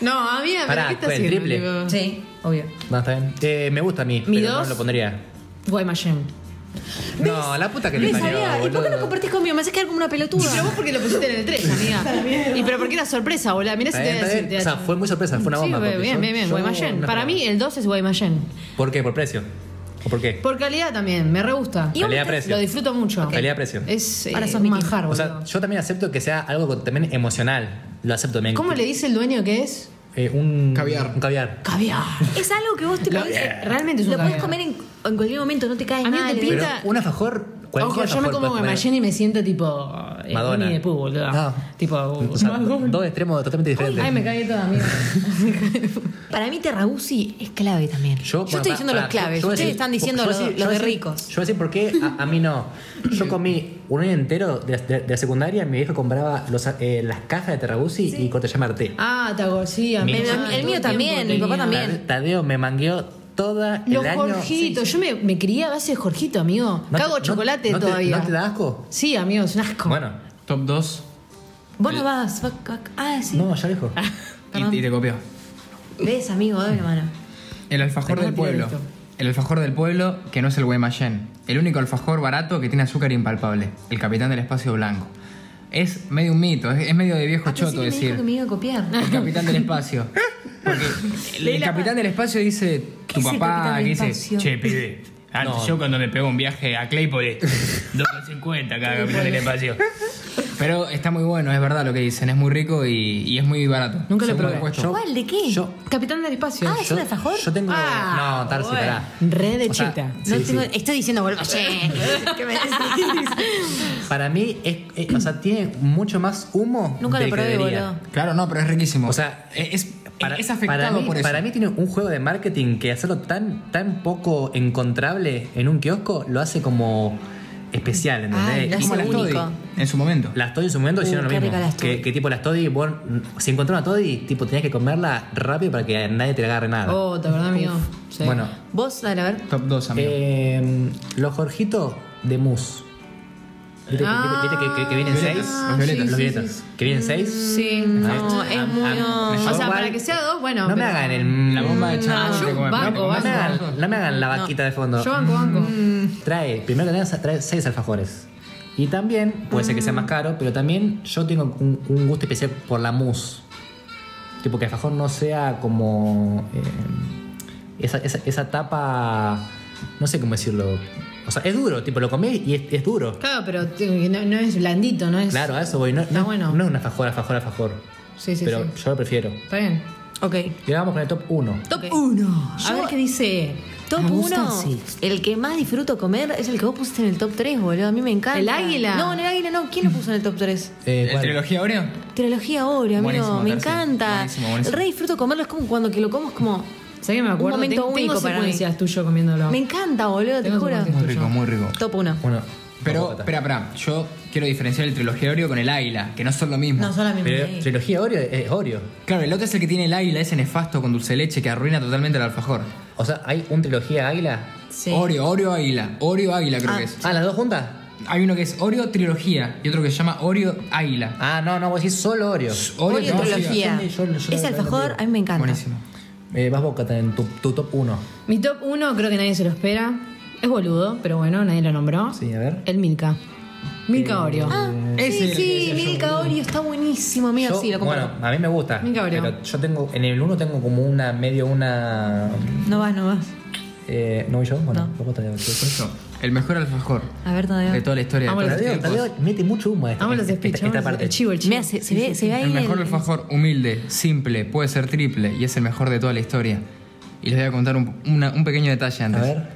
S1: No, amiga,
S2: Pará,
S1: pero ¿qué está
S2: fue el
S1: haciendo?
S2: triple.
S1: Tipo?
S3: Sí, obvio.
S2: No, está bien. Eh, me gusta a mí,
S1: Mi
S2: pero no
S1: dos.
S2: lo pondría.
S1: Guaymallén.
S2: No, la puta que te
S3: ¿Ves,
S2: parió,
S3: amiga? ¿Y por qué no
S2: boludo.
S3: compartís conmigo? Me haces quedar como una pelotuda.
S1: Pero vos porque lo pusiste en el 3, amiga. y pero porque era sorpresa, boludo. Mirá si
S2: Está
S1: te
S2: bien,
S1: voy a
S2: está
S1: decir.
S2: bien. O sea, fue muy sorpresa, fue una bomba.
S1: Sí,
S2: porque
S1: bien,
S2: yo-
S1: bien, bien.
S2: yo
S1: Guaymallén.
S2: no
S1: Para
S2: esperaba.
S1: mí el 2 es Guaymallén.
S2: ¿Por qué? ¿Por precio? ¿O por qué?
S1: Por calidad también, me re gusta.
S3: Y
S2: Calidad
S3: vos me estás-
S2: precio.
S1: Lo disfruto mucho.
S2: Calidad-precio.
S1: Es eh,
S3: Ahora sos
S1: un
S3: Miki.
S1: manjar,
S2: O
S1: boludo.
S2: sea, yo también acepto que sea algo con- también emocional. Lo acepto también.
S1: ¿Cómo le dice el dueño que es?
S2: Eh, un
S4: Caviar.
S2: Un caviar.
S1: Caviar.
S3: Es algo que vos te
S1: Lo-
S3: podés-
S1: eh, realmente es un
S3: Lo podés
S1: caviar.
S3: comer en, en cualquier momento, no te caes
S1: A mí te
S3: mal. ¿eh?
S2: Pero
S1: pinta-
S2: un alfajor, cualquier
S1: Ojo, yo me
S2: alfajor
S1: como
S2: puede comer.
S1: Guaymallén y me siento tipo eh,
S2: Madonna.
S1: Winnie the Pooh, boludo.
S2: Ah.
S1: Tipo,
S2: O sea,
S1: Madonna.
S2: dos extremos totalmente diferentes.
S1: Ay, me cagué toda mierda.
S3: Para mí Terrabuzzi es clave también. Yo,
S2: bueno,
S3: estoy
S2: pa-
S3: diciendo
S2: pa-
S3: los claves,
S2: yo voy a
S3: ustedes
S2: decir-
S3: están
S2: yo
S3: diciendo
S2: voy a
S3: los,
S2: decir-
S3: los
S2: yo voy
S3: de
S2: a decir-
S3: ricos.
S2: Yo voy a decir por qué a, a mí no. Yo comí un año entero de, de- de la secundaria, mi viejo compraba los, eh, las cajas de Terrabusi y cortellá Martí.
S1: Ah, te hago, sí, a mí.
S2: Mi-
S1: ya
S2: el- el
S1: todo
S3: mío
S1: tiempo
S3: también, mi papá
S1: tenía.
S3: también.
S2: Tade- Tadeo me mangueó toda
S1: Los
S2: el año.
S1: Jorgitos, yo me, me crié a base de Jorgito, amigo.
S2: No te-
S1: Cago
S2: no-
S1: chocolate
S2: no te-
S1: todavía.
S2: ¿No te da asco?
S1: Sí, amigo, es un asco.
S2: Bueno,
S4: Top 2
S3: Vos no vas. va- va- Ah, sí.
S2: no, ya dijo.
S3: Perdón.
S4: y, y te copió.
S3: ¿Ves, amigo? Dame la mano.
S4: El alfajor
S1: Acá
S4: del
S1: tiene
S4: pueblo.
S1: esto.
S4: El alfajor del pueblo que no es el Guaymallén. El único alfajor barato que tiene azúcar impalpable. El capitán del espacio blanco. Es medio un mito, es, es medio de viejo
S3: Ah, pensé
S4: choto
S3: que me
S4: decir.
S3: dijo que me iba a copiar.
S4: El capitán del espacio. Porque el,
S3: Leí la
S4: capitán
S3: pa-
S4: del espacio dice,
S3: ¿Qué
S4: tu
S3: es el capitán
S4: papá,
S3: del
S4: que dice,
S3: espacio?
S5: Che, pibe. Antes
S2: No.
S5: yo cuando me pego un viaje a Claypole, 2,50 cada capitán del espacio.
S4: pero está muy bueno, es verdad lo que dicen, es muy rico y, y es muy barato.
S1: Nunca lo
S4: Según
S1: probé.
S4: encuesta.
S3: ¿Cuál? ¿De qué?
S2: Yo-
S1: Capitán del espacio.
S3: Ah, ¿es
S2: yo-
S3: un alfajor?
S2: Yo tengo.
S1: Ah,
S2: no, Tarsi,
S1: bueno.
S2: pará.
S1: Re de
S2: O sea,
S1: chita.
S2: sí,
S3: No
S2: sí.
S3: tengo- Estoy diciendo Guaymallén. ¿Qué me decís?
S2: Para mí, es, es- o sea, tiene mucho más humo
S3: Nunca lo
S2: del que
S3: probé,
S2: debería.
S3: boludo.
S4: Claro, no, pero es riquísimo.
S2: O sea,
S4: es, es-
S2: Para,
S4: es afectado
S2: para mí,
S4: por eso.
S2: para mí tiene un juego de marketing que hacerlo tan, tan poco encontrable en un kiosco lo hace como especial,
S3: Ay,
S2: ¿entendés?
S3: lo
S2: Y-
S4: como
S3: hace
S4: las Toddy,
S3: único.
S4: en su momento.
S2: Las Toddy en su momento
S3: Uh,
S2: hicieron lo
S3: qué
S2: mismo.
S3: rica las Toddy.
S2: Que, que tipo las Toddy, vos, mm, si encontrás una Toddy, tipo tenías que comerla rápido para que nadie te la agarre nada.
S1: Oh, ¿te verdad, amigo? Sí.
S2: Bueno,
S3: Vos, dale, a ver.
S4: Top 2, amigo.
S2: eh, los Jorjitos de mousse. ¿Viste, que-
S1: Ah,
S2: viste que, que- que vienen
S4: violetas,
S2: seis?
S4: los violetas.
S2: Los
S4: Sí,
S2: violetas. Que vienen seis.
S1: Sí,
S2: Ajá.
S1: Mm, no,
S2: Am-
S1: es
S2: am-
S1: muy.
S2: am-
S1: o sea,
S2: igual-
S1: para que sea dos, bueno.
S2: No me
S1: pero- Mm,
S2: hagan el.
S4: La bomba de Charlie.
S1: no, yo
S4: te come-
S1: banco,
S4: te come-
S2: no,
S1: banco.
S2: me hagan, no me hagan la vaquita de fondo.
S1: Yo banco, banco.
S3: Mm.
S2: Trae, primero que nada, trae seis alfajores. Y también, puede ser que
S1: Mm.
S2: sea más caro, pero también yo tengo un, un gusto especial por la mousse. Tipo que el alfajor no sea como. eh, esa, esa, esa tapa. No sé cómo decirlo. O sea, es duro, tipo, lo comí y es, es duro.
S1: Claro, pero tío, que no, no es blandito, no es.
S2: Claro, a eso voy. No,
S1: Está
S2: no,
S1: bueno.
S2: no es una alfajor, alfajor, alfajor.
S1: Sí, sí,
S2: pero
S1: sí.
S2: yo lo prefiero.
S1: Está bien.
S3: Ok.
S2: Y ahora vamos con el top 1.
S3: Top
S1: Ok.
S3: 1.
S1: A ver qué dice. Ah,
S3: Top
S1: Me gusta
S3: 1,
S1: así.
S3: el que más disfruto comer es el que vos pusiste en el top 3, boludo. A mí me encanta.
S1: ¿El águila?
S3: No, en el águila no. ¿Quién lo puso en el top 3?
S2: Eh,
S4: ¿El trilogía Oreo?
S3: Trilogía Oreo, amigo.
S4: Buenísimo,
S3: me
S4: Tarsi.
S3: encanta.
S4: Buenísimo, buenísimo.
S3: Re disfruto comerlo. Es como cuando que lo como es como.
S1: ¿Sabes que me acuerdo?
S3: momento
S1: Tengo-
S3: único
S1: tengo
S3: para mí.
S1: secuencias tuyo comiéndolo.
S3: Me encanta, boludo, te
S1: Tengo
S3: juro.
S1: secuencias.
S4: Muy rico, muy rico.
S3: Top 1.
S2: Bueno,
S4: Pero,
S2: vamos a votar.
S4: espera, espera. Yo quiero diferenciar el trilogía Oreo con el águila, que no son lo mismo.
S3: No, son la misma.
S2: Pero trilogía Oreo es Oreo.
S4: Claro, el otro es el que tiene el águila, ese nefasto con dulce de leche que arruina totalmente el alfajor.
S2: O sea, hay un trilogía águila
S3: Sí.
S4: Oreo, Oreo, águila. Oreo, águila creo
S3: Ah.
S4: que es.
S2: Ah, las dos juntas.
S4: Hay uno que es Oreo trilogía y otro que se llama Oreo águila.
S2: Ah, no, no, vos decís solo Oreo.
S3: Oreo,
S4: trilogía.
S3: trilogía.
S2: Yo- yo- yo- yo-
S3: Ese
S2: yo-
S3: alfajor
S2: yo-
S3: a mí me encanta.
S4: Buenísimo.
S2: Eh, vas Boca en tu, tu top 1.
S1: Mi top 1 creo que nadie se lo espera. Es boludo, pero bueno, nadie lo nombró.
S2: Sí, a ver.
S1: El Milka. Milka Oreo.
S3: Ah,
S4: Ese
S3: sí,
S4: es el que
S3: sí,
S4: decía yo,
S3: Milka Oreo está buenísimo, amigo.
S2: Yo-
S3: sí, lo compro.
S2: bueno, a mí me gusta.
S1: Mica Oreo.
S2: Pero yo tengo, en el 1 tengo como una, medio una.
S3: No vas, no vas.
S2: Eh, ¿No voy yo? Bueno,
S3: No.
S2: vos Boca Tadeo. ¿qué es eso?
S4: Eso, el mejor alfajor
S3: A ver,
S4: de
S3: todavía.
S4: toda la historia. de
S1: Vamos
S4: todos
S1: a
S4: los
S2: Tadeo,
S4: tiempos.
S2: Tadeo mete mucho humo a esta,
S1: Vamos a los
S2: esta-
S1: speech,
S2: esta,
S1: vamos a los-
S2: parte.
S1: el chivo, el chivo.
S3: Mira, se, se ve, se ve ahí.
S4: El mejor alfajor humilde, simple, puede ser triple y es el mejor de toda la historia. Y les voy a contar un, una- un pequeño detalle antes.
S2: A ver.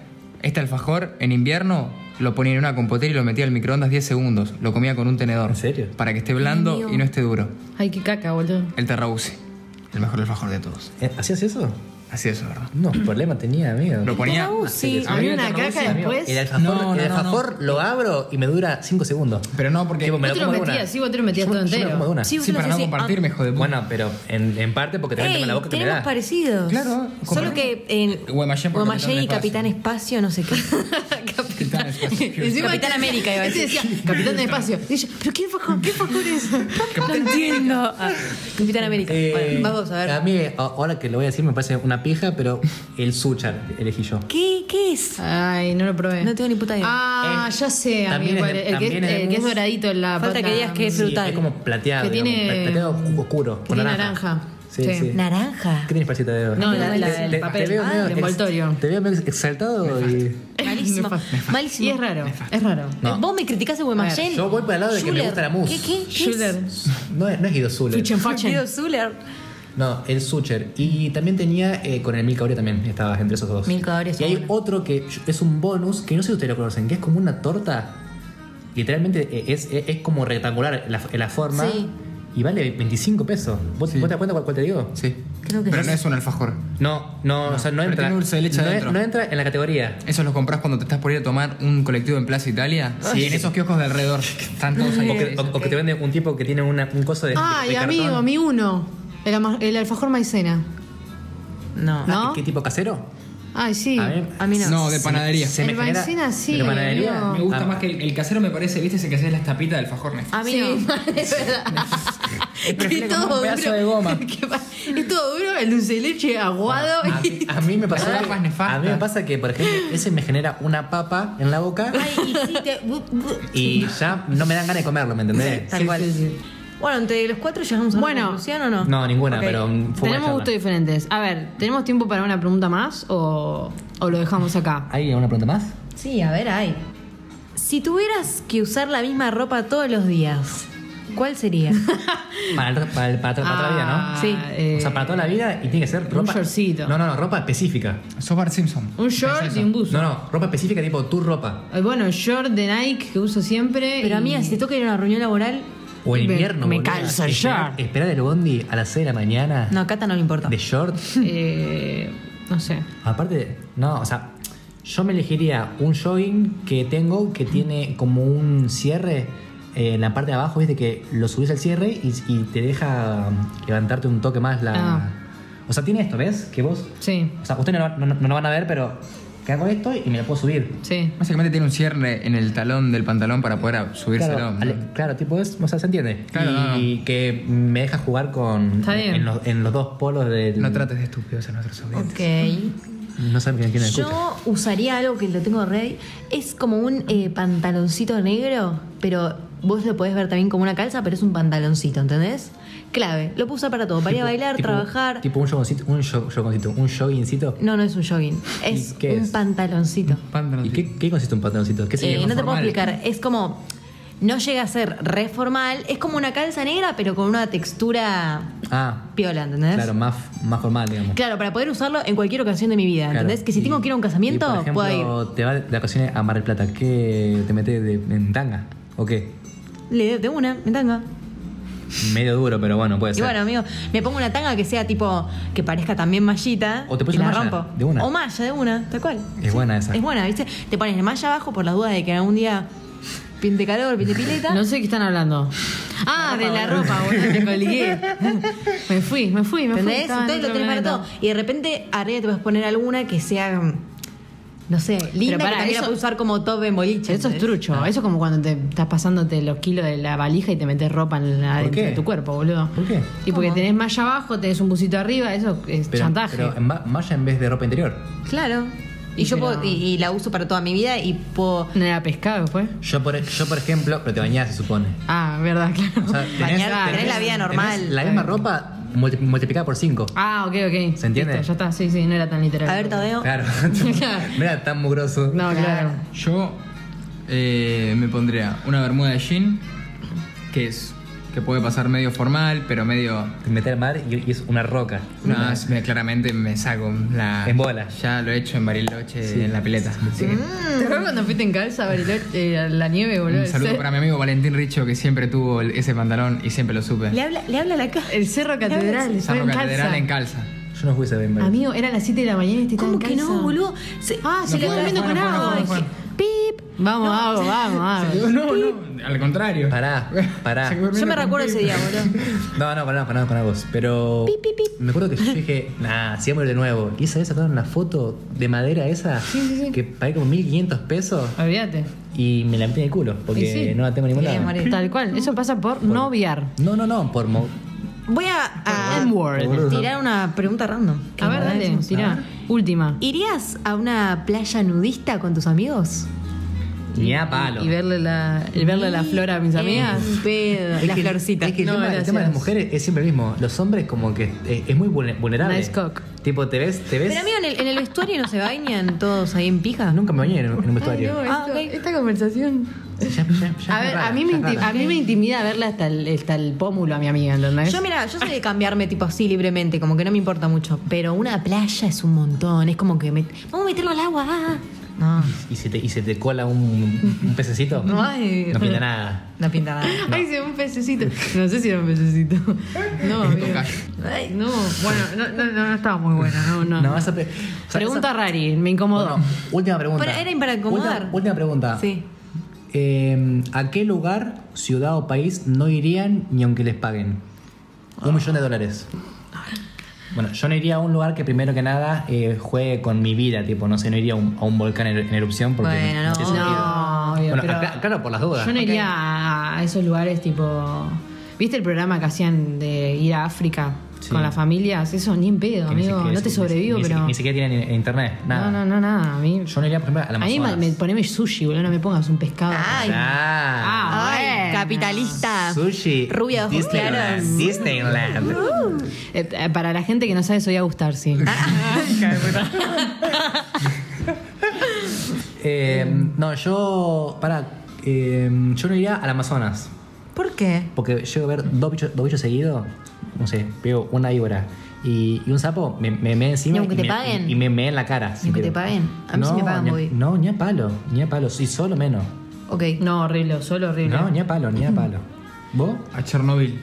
S4: Este alfajor en invierno lo ponía en una compotera y lo metía al microondas 10 segundos. Lo comía con un tenedor.
S2: ¿En serio?
S4: Para que esté blando
S3: Dios.
S4: y no esté duro.
S1: Ay, qué caca, boludo.
S4: El terrabusi. El mejor alfajor de todos.
S2: Eh, ¿Hacías eso?
S4: Así es, ¿verdad?
S2: No, problema tenía, amigo.
S4: Lo ponía.
S3: Terrabuzzi.
S1: A mí una caca
S2: Amigo,
S1: después.
S2: El alfajor,
S4: No, no,
S2: el
S4: no, no.
S2: alfajor lo abro y me dura 5 segundos.
S4: Pero no porque.
S2: Tipo, me
S1: Vos te lo
S2: como de una.
S1: metías, sí, vos te lo metías
S2: Yo me-
S1: todo
S2: yo me lo
S1: entero.
S2: como de una.
S3: Sí, Ah. vos
S4: Sí,
S3: lo
S4: para no
S3: hacés así.
S4: compartirme, hijo de puta.
S2: Bueno, pero en, en parte porque te meten
S3: Ey,
S2: con la boca que me
S3: tenemos
S2: da.
S3: parecidos.
S4: Claro,
S3: Solo
S4: comparamos.
S3: que en
S4: Guaymallén por
S3: Guaymallén y
S4: Capitán
S3: Capitán Espacio, no sé qué.
S4: Capitán Espacio.
S1: Encima-
S3: Capitán América, iba a
S1: Este
S3: decir.
S1: decía, Capitán de Espacio. Y yo, ¿pero qué fajón? ¿Qué fajón es?
S3: No entiendo. Ah, Capitán América.
S2: Eh,
S3: bueno, vamos a ver.
S2: mí, a- ahora que lo voy a decir, me parece una pija, pero el Suchar elegí yo.
S3: ¿Qué, ¿Qué es?
S1: Ay, no lo probé.
S3: No tengo ni puta idea.
S1: Ah,
S2: Eh,
S1: ya sé,
S2: también
S1: amigo.
S2: es de-
S1: el, que
S2: también
S1: es,
S2: es de
S1: el que es
S2: mousse.
S1: doradito en la
S3: Falta
S1: pata-
S3: que digas que es frutal.
S2: es como plateado.
S1: Que
S2: digamos,
S1: tiene-
S2: pla- plateado oscuro.
S1: que
S2: con
S1: tiene
S2: naranja.
S1: naranja.
S2: Sí,
S1: Sí.
S2: sí.
S3: Naranja.
S2: ¿Qué tienes para de
S1: No, la- la- el papel. Ah, el
S2: ex-
S1: envoltorio.
S2: Te veo medio exaltado y.
S3: Malísimo. Malísimo.
S1: Y es raro, es raro.
S2: No.
S3: Vos me criticaste Guaymallén.
S2: Yo voy para el lado de que me
S3: Schuller.
S2: gusta la mousse.
S3: ¿Qué, qué? ¿Qué es?
S1: Schüller.
S2: No es, no es Guido Zuller.
S1: Fuchenfachen.
S3: Guido Zuller.
S2: No, el Sucher. Y también tenía eh, con el Milka Oreo también estabas entre esos dos.
S3: Milka Oreo es
S2: Y hay
S3: bueno.
S2: otro que es un bonus que no sé si ustedes lo conocen, que es como una torta literalmente eh, es, es, es como rectangular la, la forma
S3: Sí.
S2: y vale 25 pesos. ¿Vos,
S6: Sí.
S2: vos te das cuenta cuál, cuál te digo?
S6: Sí.
S3: Creo que
S6: Pero
S3: sí.
S6: no es un alfajor.
S2: No, no, o sea, no
S6: pero
S2: entra.
S6: tiene dulce de leche
S2: no,
S6: adentro.
S2: no entra en la categoría.
S6: Esos los compras cuando te estás por ir a tomar un colectivo en Plaza Italia. Sí, en esos kioscos de alrededor. Están todos ahí.
S2: O que, o- o que te vende un tipo que tiene una- un coso de. de-
S7: Ay,
S2: de
S7: amigo,
S2: cartón.
S7: mi uno. El, ama- el alfajor maicena.
S3: No.
S7: ¿No?
S2: Ah, ¿Qué tipo casero?
S7: Ay, sí.
S2: A mí-
S3: A mí no.
S6: No, de panadería.
S2: Se me
S7: El
S2: genera-
S7: Maicena sí,
S2: ¿De panadería?
S7: amigo.
S4: Me gusta
S2: Ah,
S4: más que el, el casero me parece, viste, ese que hace las tapitas del fajor Nef.
S3: A mí
S7: Sí,
S3: no.
S7: es verdad. Que
S4: prefiero como un pedazo de goma.
S7: que pa- es todo duro, el dulce de leche aguado.
S2: A mí, a mí me pasó.
S6: Papas nefastas.
S2: A mí me pasa que, por ejemplo, ese me genera una papa en la boca
S3: Ay, y sí, te- bu- bu-
S2: y ya no me dan ganas de comerlo, ¿me entendés?
S3: Tal cual. Bueno, entre los cuatro llegamos a una
S1: Bueno.
S3: conclusión o no?
S2: No, ninguna,
S3: Ok.
S2: pero mm, fue una
S1: Tenemos
S2: charla.
S1: gustos diferentes. A ver, ¿tenemos tiempo para una pregunta más o, o lo dejamos acá?
S2: ¿Hay alguna pregunta más?
S3: Sí, a ver, hay. Si tuvieras que usar la misma ropa todos los días, ¿cuál sería?
S2: Para, el- para, el- para toda- para toda la vida, ¿no?
S1: Ah,
S3: Sí.
S1: eh,
S2: o sea, para toda la vida y tiene que ser ropa.
S1: shortcito.
S2: No, no, no, ropa específica.
S6: Ah. Sos Bart Simpson.
S2: Mm.
S1: un short y un buzo.
S2: No, no, ropa específica tipo tu ropa.
S1: Eh, Bueno, short de Nike que uso siempre.
S3: Pero
S1: y-
S3: amiga, si te toca ir a una reunión laboral,
S2: O en
S1: Me-
S2: invierno.
S1: me
S2: boluda.
S1: calza el
S2: Esperar-
S1: short.
S2: Esperar el bondi a las 6 de la mañana
S3: no, a Cata no le importa.
S2: de short.
S1: eh, no sé.
S2: Aparte, no, o sea, yo me elegiría un jogging que tengo que tiene como un cierre eh, en la parte de abajo, viste que lo subís al cierre y, y te deja um, levantarte un toque más la.
S1: Ah.
S2: O sea, tiene esto, ¿ves? Que vos.
S1: Sí,
S2: O sea, ustedes no, no- no lo van a ver, pero que hago esto y me lo puedo subir.
S1: sí.
S6: Básicamente tiene un cierre en el talón del pantalón para poder a- subírselo.
S2: Claro,
S6: ¿no?
S2: ale- claro, tipo es, o sea, se entiende.
S6: Claro,
S2: y que me deja jugar con
S1: Está bien.
S2: en, los, en los dos polos del.
S6: No trates de estúpidos a nuestros oyentes.
S3: Ok.
S2: No saben quién quién escucha.
S3: Yo usaría algo que lo tengo rey. Es como un eh, pantaloncito negro, pero vos lo podés ver también como una calza, pero es un pantaloncito, ¿entendés? Clave. Lo puedo usar para todo, para ir
S2: Tipo-
S3: a bailar,
S2: tipo-
S3: trabajar.
S2: Tipo un jogoncito, un jo- jogoncito, un joggingcito.
S3: No, no es un jogging. Es
S2: qué
S3: un
S2: es?
S3: pantaloncito.
S2: ¿Y
S6: Pantaloncito.
S2: qué, qué consiste un pantaloncito? ¿Qué
S3: Eh,
S2: sería?
S3: no te puedo
S6: formal.
S3: explicar. Es como. No llega a ser re formal. Es como una calza negra, pero con una textura
S2: Ah,
S3: piola, ¿entendés?
S2: claro, más, más formal, digamos.
S3: Claro, para poder usarlo en cualquier ocasión de mi vida,
S2: Claro.
S3: ¿entendés? Que si
S2: Y-
S3: tengo que ir a un
S2: y, por
S3: casamiento,
S2: ejemplo,
S3: puedo ir.
S2: te vas de vacaciones a Mar del Plata, ¿qué te metes de, en tanga? ¿O qué?
S3: Le de una, me tanga.
S2: Medio duro, pero bueno, puede
S3: Y
S2: ser.
S3: bueno, amigo, me pongo una tanga que sea tipo, que parezca también mallita.
S2: O te pones
S3: y la
S2: una malla,
S3: rompo.
S2: de una.
S3: O malla, de una, tal cual.
S2: Es buena esa.
S3: Es buena, ¿viste? Te pones la malla abajo por la duda de que algún día pinte calor, pinte pileta.
S1: No sé qué están hablando. Ah, de la ropa, boludo, me colgué. Me fui, me fui, me fui.
S3: ¿Entendés?
S1: Estaba en
S3: Entonces lo
S1: otro
S3: tenés para
S1: planeta.
S3: todo. Y de repente arriba te puedes poner alguna que sea, mm, no sé, linda,
S1: pará,
S3: que también la
S1: eso-
S3: puedes usar como top en boliche.
S1: Eso es
S3: ¿entendés?
S1: trucho.
S2: Ah.
S1: Eso es como cuando te estás pasándote los kilos de la valija y te metes ropa en la,
S2: ¿Por qué?
S1: de tu cuerpo, boludo.
S2: ¿Por qué?
S1: Y porque tenés malla abajo, tenés un busito arriba, eso es
S2: Pero,
S1: chantaje.
S2: pero en ma- malla en vez de ropa interior.
S3: Claro. Y,
S1: Y
S3: yo
S1: pero-
S3: puedo- y, y la uso para toda mi vida y puedo...
S1: ¿No era pescado después?
S2: Yo por, yo, por ejemplo, pero te bañás, se supone.
S1: Ah, verdad, claro.
S2: O sea,
S3: Bañar- tenés la vida
S2: tenés
S3: normal.
S2: La misma ropa multi- multiplicada por 5.
S1: ah, ok, ok.
S2: ¿Se entiende?
S1: Listo, ya está, sí, sí, no era tan literal.
S3: A ver, Tadeo.
S2: Claro. Mira, tan mugroso.
S1: No, claro.
S6: Yo eh, me pondría una bermuda de jean, que es que puede pasar medio formal, pero medio...
S2: Te metes al mar y, y es una roca.
S6: No, es- me- claramente me saco la...
S2: En bola.
S6: Ya lo he hecho en Bariloche, en la pileta.
S2: Mm,
S1: ¿Te acuerdas cuando fuiste en calza a Bariloche, eh, a la nieve, boludo?
S6: Un saludo
S1: el, cer-
S6: para mi amigo Valentín Richo, que siempre tuvo el- ese pantalón y siempre lo supe.
S3: Le habla, le habla la cara.
S1: el Cerro Catedral, estaba
S6: Cerro
S1: en
S6: Catedral
S1: calza.
S6: en calza.
S2: Yo no fui a ese Bember.
S1: Amigo, era las 7 de la mañana y este
S3: ¿Cómo
S1: estaba
S3: que
S1: en calza.
S3: no, boludo? Se- ah, se le
S6: fue,
S3: está
S6: no
S3: viendo
S6: fue,
S3: con
S6: no fue,
S3: agua.
S6: no fue, no
S3: Pip.
S1: Vamos, vamos, vamos, vamos.
S6: No, no, al contrario.
S2: Pará, pará.
S3: Yo me recuerdo ese día, boludo.
S2: No, no, para nada, para nada, para vos. Pero.
S3: Pi, pi, pi.
S2: Me acuerdo que yo dije, nah, sí, vamos a ir de nuevo. Y esa vez sacaron una foto de madera esa que pagué como 1500 pesos
S1: Olvídate.
S2: y me la metí en el culo porque
S1: Y sí.
S2: no la tengo en ningún
S3: Quería
S2: lado.
S3: morir.
S1: Tal cual, eso pasa por no obviar.
S2: No, no, no, por. mo-
S3: Voy a, a
S1: N-word.
S3: tirar una pregunta random.
S1: A ver, dale, tirá. Última.
S3: ¿Irías a una playa nudista con tus amigos?
S2: Ni a palo.
S1: Y verle la, el verle la flor a mis amigas.
S3: Un pedo,
S2: Es
S3: la
S2: que-
S3: florcita.
S2: Es que el,
S1: No,
S2: tema, el
S1: gracias.
S2: tema de las mujeres es siempre el mismo. Los hombres, como que eh, es, es muy vulne- vulnerable.
S1: Nice cock.
S2: Tipo, te ves. Te ves Ah,
S3: Pero amigo, en el, en el vestuario no se bañan todos ahí en pija.
S2: Nunca me bañé en, en un vestuario.
S3: Ah, ok.
S1: Esta conversación.
S2: Sí, ya- ya- ya
S1: A
S2: es
S1: ver,
S2: rara,
S1: a mí, me
S2: ya es
S1: inti-
S2: rara.
S1: a mí me intimida verle hasta el, hasta el pómulo a mi amiga, ¿entendés?
S3: Yo, mira, yo soy de cambiarme tipo así libremente, como que no me importa mucho. Pero una playa es un montón, es como que me... vamos a meterlo al agua. ah. No.
S2: y se te, y se te cola un, un pececito,
S7: No hay.
S2: no pinta nada.
S3: No pinta nada.
S7: Ay, se ve un pececito. No sé si era un pececito. No, amigo. Ay, no. Bueno, no, no, no, no estaba muy buena. No, no.
S2: No, esa pre- o sea,
S1: Pregunta
S2: esa-
S1: Rari, me incomodó.
S2: Bueno, última pregunta.
S3: Para- era para incomodar.
S2: Última, última pregunta.
S3: Sí.
S2: Eh, ¿A qué lugar, ciudad o país no irían ni aunque les paguen? Un millón de dólares. Bueno, yo no iría a un lugar que primero que nada eh, juegue con mi vida, tipo, no sé, no iría a un, a un volcán en, en erupción porque...
S3: Bueno, no,
S2: tiene sentido.
S1: No, obvio,
S2: Bueno,
S1: pero
S2: acá- claro, por las dudas.
S1: Yo no iría a- a esos lugares tipo. ¿Viste el programa que hacían de ir a África
S2: Sí.
S1: con las familias? Eso ni en pedo,
S2: Que ni
S1: amigo.
S2: siquiera-
S1: No te
S2: ni-
S1: sobrevivo,
S2: ni,
S1: pero.
S2: Ni, siquiera tienen en- en internet, nada.
S1: No, no, no, nada. A mí,
S2: Yo no iría, por ejemplo, a la
S1: a mí me, me- poneme sushi, boludo. No me pongas un pescado.
S3: Ay,
S2: Ah,
S1: Ah,
S3: ay,
S1: bueno.
S3: capitalista.
S2: sushi.
S3: Rubia de ojos
S2: Disneyland.
S3: claros.
S2: Disneyland.
S3: Uh.
S1: Eh, eh, para la gente que no sabe, soy a gustar, sí.
S2: Ah. Eh, no, yo. Pará. eh, yo no iría al Amazonas.
S3: ¿Por qué?
S2: Porque llego a ver dos bichos, dos bichos seguidos. No sé, veo una víbora. Y, y un sapo me me mea encima.
S3: Ni aunque te
S2: me,
S3: paguen.
S2: Y me mea en la cara. si
S3: aunque
S2: quiero.
S3: te paguen. A mí sí me pagan,
S2: ni a-
S3: voy.
S2: No, ni a palo. Ni a palo. Sí, solo menos.
S3: Ok.
S1: No, horrible, solo horrible.
S2: No, ni a palo, ni a palo. ¿Vos?
S6: A Chernobyl.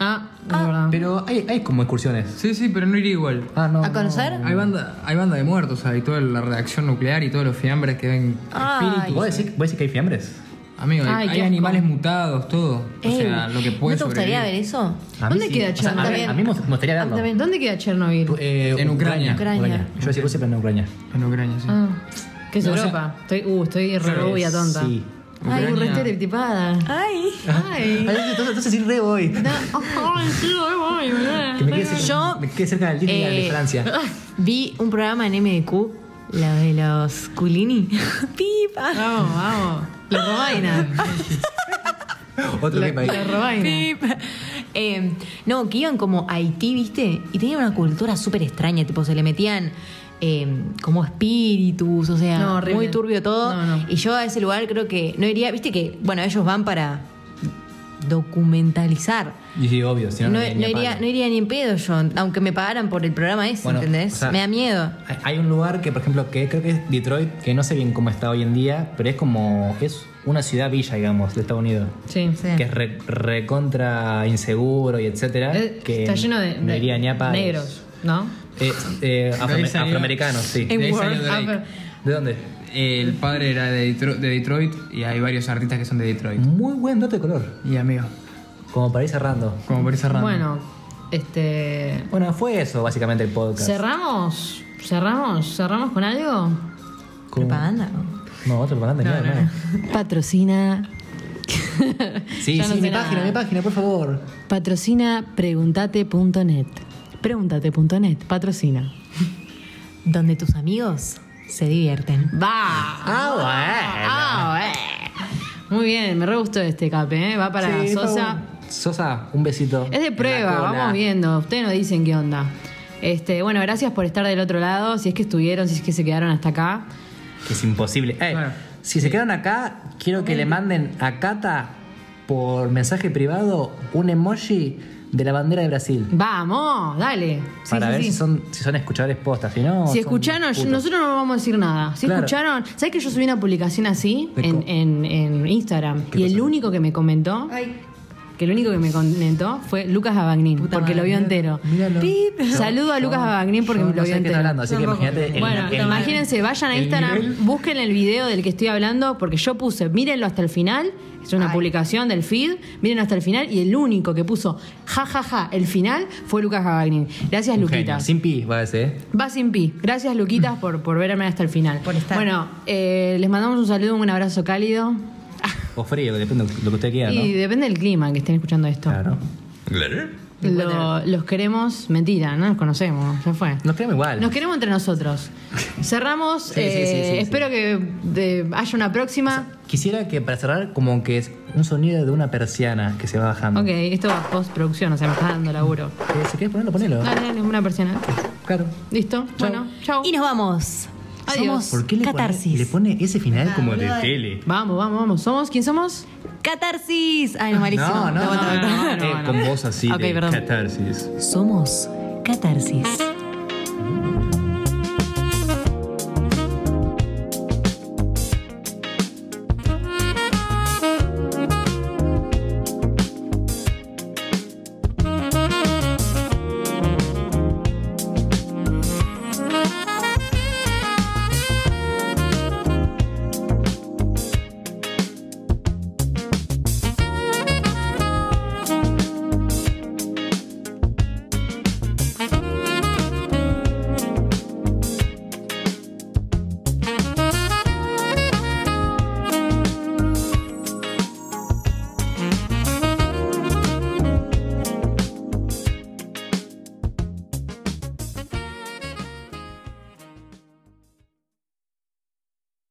S1: Ah, es verdad.
S2: Pero hay, hay como excursiones.
S6: Sí, sí, pero no iría igual.
S2: Ah, no.
S3: ¿A conocer?
S6: Hay banda, hay banda de muertos ahí, toda la reacción nuclear y todos los fiambres que ven
S3: Ay.
S6: espíritus.
S2: ¿Vos decís, ¿Vos decís que hay fiambres?
S6: Amigo, hay-
S1: Ay,
S6: hay,
S1: qué asco.
S6: animales mutados, todo.
S4: Eh,
S6: o
S3: Ey,
S6: sea, lo que
S3: Eh, ¿No
S6: puede
S3: te gustaría ver eso?
S2: A mí
S7: ¿Dónde queda
S2: O sea, a,
S3: Chernobyl?
S2: ver, a mí me gustaría verlo.
S3: También.
S7: ¿Dónde queda Chernobyl?
S2: Eh,
S6: En Ucrania.
S3: Ucrania.
S2: Yo decía Rusia, pero en Ucrania.
S6: En Ucrania, sí.
S7: Ah, ¿Qué es
S6: No, o sea-
S7: Europa? Estoy, uh, estoy re rubia tonta.
S2: Sí.
S7: Ay,
S6: Ucrania.
S7: estereotipada.
S3: Ay.
S7: Ay.
S2: Ay, Entonces, entonces sí re voy.
S7: Ay, sí, ahí voy, boludo.
S2: Que me quede cerca,
S3: Yo-
S2: me quede cerca del Disneyland
S3: Eh,
S2: de Francia.
S3: Vi un programa en MDQ, la de los culini. Pipa.
S7: Vamos, vamos. La robaina.
S3: Ah.
S2: Otro tema ahí.
S7: La robaina.
S3: Pipa. Eh, no, que iban como a Haití, ¿viste? Y tenían una cultura súper extraña, tipo, se le metían eh, como espíritus, o sea,
S7: No, horrible.
S3: muy turbio todo.
S7: No, no.
S3: Y yo a ese lugar creo que no iría, ¿viste? Que, bueno, ellos van para documentalizar.
S2: Y sí, obvio, si
S3: No,
S2: no,
S3: no
S2: ni- ni a
S3: iría,
S2: palo.
S3: no iría ni en pedo yo, aunque me pagaran por el programa ese,
S2: Bueno,
S3: ¿entendés?
S2: o sea,
S3: me da miedo.
S2: Hay- Hay un lugar que, por ejemplo, que creo que es Detroit, que no sé bien cómo está hoy en día, pero es como. Es una ciudad-villa, digamos, de Estados Unidos.
S1: Sí.
S3: Sí.
S2: Que es re- recontra inseguro y etcétera.
S1: Eh,
S2: que
S1: Está lleno de,
S2: no
S1: de
S2: iría ni a palos.
S1: negros, Eh. ¿no?
S2: Eh, eh, afroame-
S6: salió-
S2: afroamericanos, sí.
S6: De ahí salió
S7: Word. Ah,
S6: Drake.
S2: ¿De dónde?
S6: El padre era de, Detro- de Detroit y hay varios artistas que son de Detroit.
S2: Muy buen dato de color.
S6: Y amigo,
S2: Como para ir cerrando.
S6: como por esa rama.
S1: Bueno, este.
S2: Bueno, fue eso básicamente el podcast.
S1: ¿Cerramos? ¿Cerramos? ¿Cerramos con algo?
S2: Con-
S3: ¿Propaganda?
S2: No, otra propaganda, ni nada, nada.
S1: Patrocina.
S2: Sí,
S1: Ya no
S2: sí,
S1: sé
S2: mi
S1: nada.
S2: página, mi página, por favor.
S1: Patrocina preguntate.net. Preguntate.net, patrocina.
S3: Donde tus amigos se divierten.
S1: ¡Va!
S2: Ah, bueno.
S1: Ah, bueno. Muy bien, me re gustó este cape, ¿eh? Va para
S2: Sí, por
S1: Sosa.
S2: favor. Sosa, un besito.
S1: Es de
S2: En
S1: prueba,
S2: la cola.
S1: vamos viendo. Ustedes nos dicen qué onda. Este, bueno, gracias por estar del otro lado. Si es que estuvieron, si es que se quedaron hasta acá.
S2: Que es imposible. Eh,
S6: Claro.
S2: Si se quedan acá, quiero que le manden a Cata por mensaje privado un emoji de la bandera de Brasil.
S1: Vamos, dale. Sí,
S2: para
S1: sí,
S2: ver
S1: sí.
S2: Si, son, si son escuchadores postas, si no.
S1: Si
S2: son
S1: escucharon, yo-
S2: putos.
S1: nosotros no vamos a decir nada. Si
S2: Claro.
S1: escucharon, ¿sabes que yo subí una publicación así
S2: ¿De
S1: en,
S2: cómo?
S1: en- en Instagram?
S2: ¿Qué
S1: Y el
S2: pasó?
S1: único que me comentó, que el único que me comentó fue Lucas Abagnin,
S3: Puta
S1: porque lo
S3: madre,
S1: vio
S3: mira-
S1: entero.
S2: Míralo.
S1: Pip. Saludo a Lucas Abagnin porque
S2: yo
S1: me
S2: no
S1: lo
S2: sé
S1: vio
S2: de qué está
S1: entero.
S2: hablando, así que imagínate. el-
S1: Bueno,
S2: el-
S1: imagínense, vayan a
S2: el
S1: Instagram,
S2: nivel.
S1: busquen el video del que estoy hablando, porque yo puse, mírenlo hasta el final, es una
S3: Ay.
S1: publicación del feed, mírenlo hasta el final, y el único que puso jajaja el final fue Lucas Gabagnin. Gracias,
S2: un genio.
S1: Luquitas.
S2: Sin pi, va a ser. ¿eh?
S1: Va sin pi. Gracias, Luquitas, por, por verme hasta el final.
S3: Por estar.
S1: Bueno, eh, les mandamos un saludo, un abrazo cálido.
S2: O frío, depende de lo que usted quiera, ¿no?
S1: Y depende del clima que estén escuchando esto.
S2: Claro.
S1: Lo- los queremos, mentira, no nos conocemos, ya fue.
S2: Nos quedamos igual.
S1: Nos queremos entre nosotros. Cerramos.
S2: sí,
S1: eh,
S2: sí, sí, sí.
S1: espero que de- haya una próxima.
S2: Quisiera que para cerrar, como que es un sonido de una persiana que se va bajando.
S1: Ok, esto va postproducción, o sea, me está dando laburo.
S2: Eh, si querés ponerlo, ponelo.
S1: Dale, dale, una persona.
S2: Claro.
S1: Listo, bueno, chao.
S3: Y nos vamos.
S1: Adiós.
S2: ¿Por qué le pone-
S3: Catarsis.
S2: le pone, ese final como de tele?
S1: Vamos, vamos, vamos. ¿Somos? ¿Quién somos?
S3: Catarsis. Ay, no, malísimo.
S2: No, no,
S1: no,
S3: Aguanta, aguanta.
S1: no, no, no.
S2: Con voz así
S3: Ok,
S2: de
S3: perdón.
S2: catarsis.
S3: Somos Catarsis.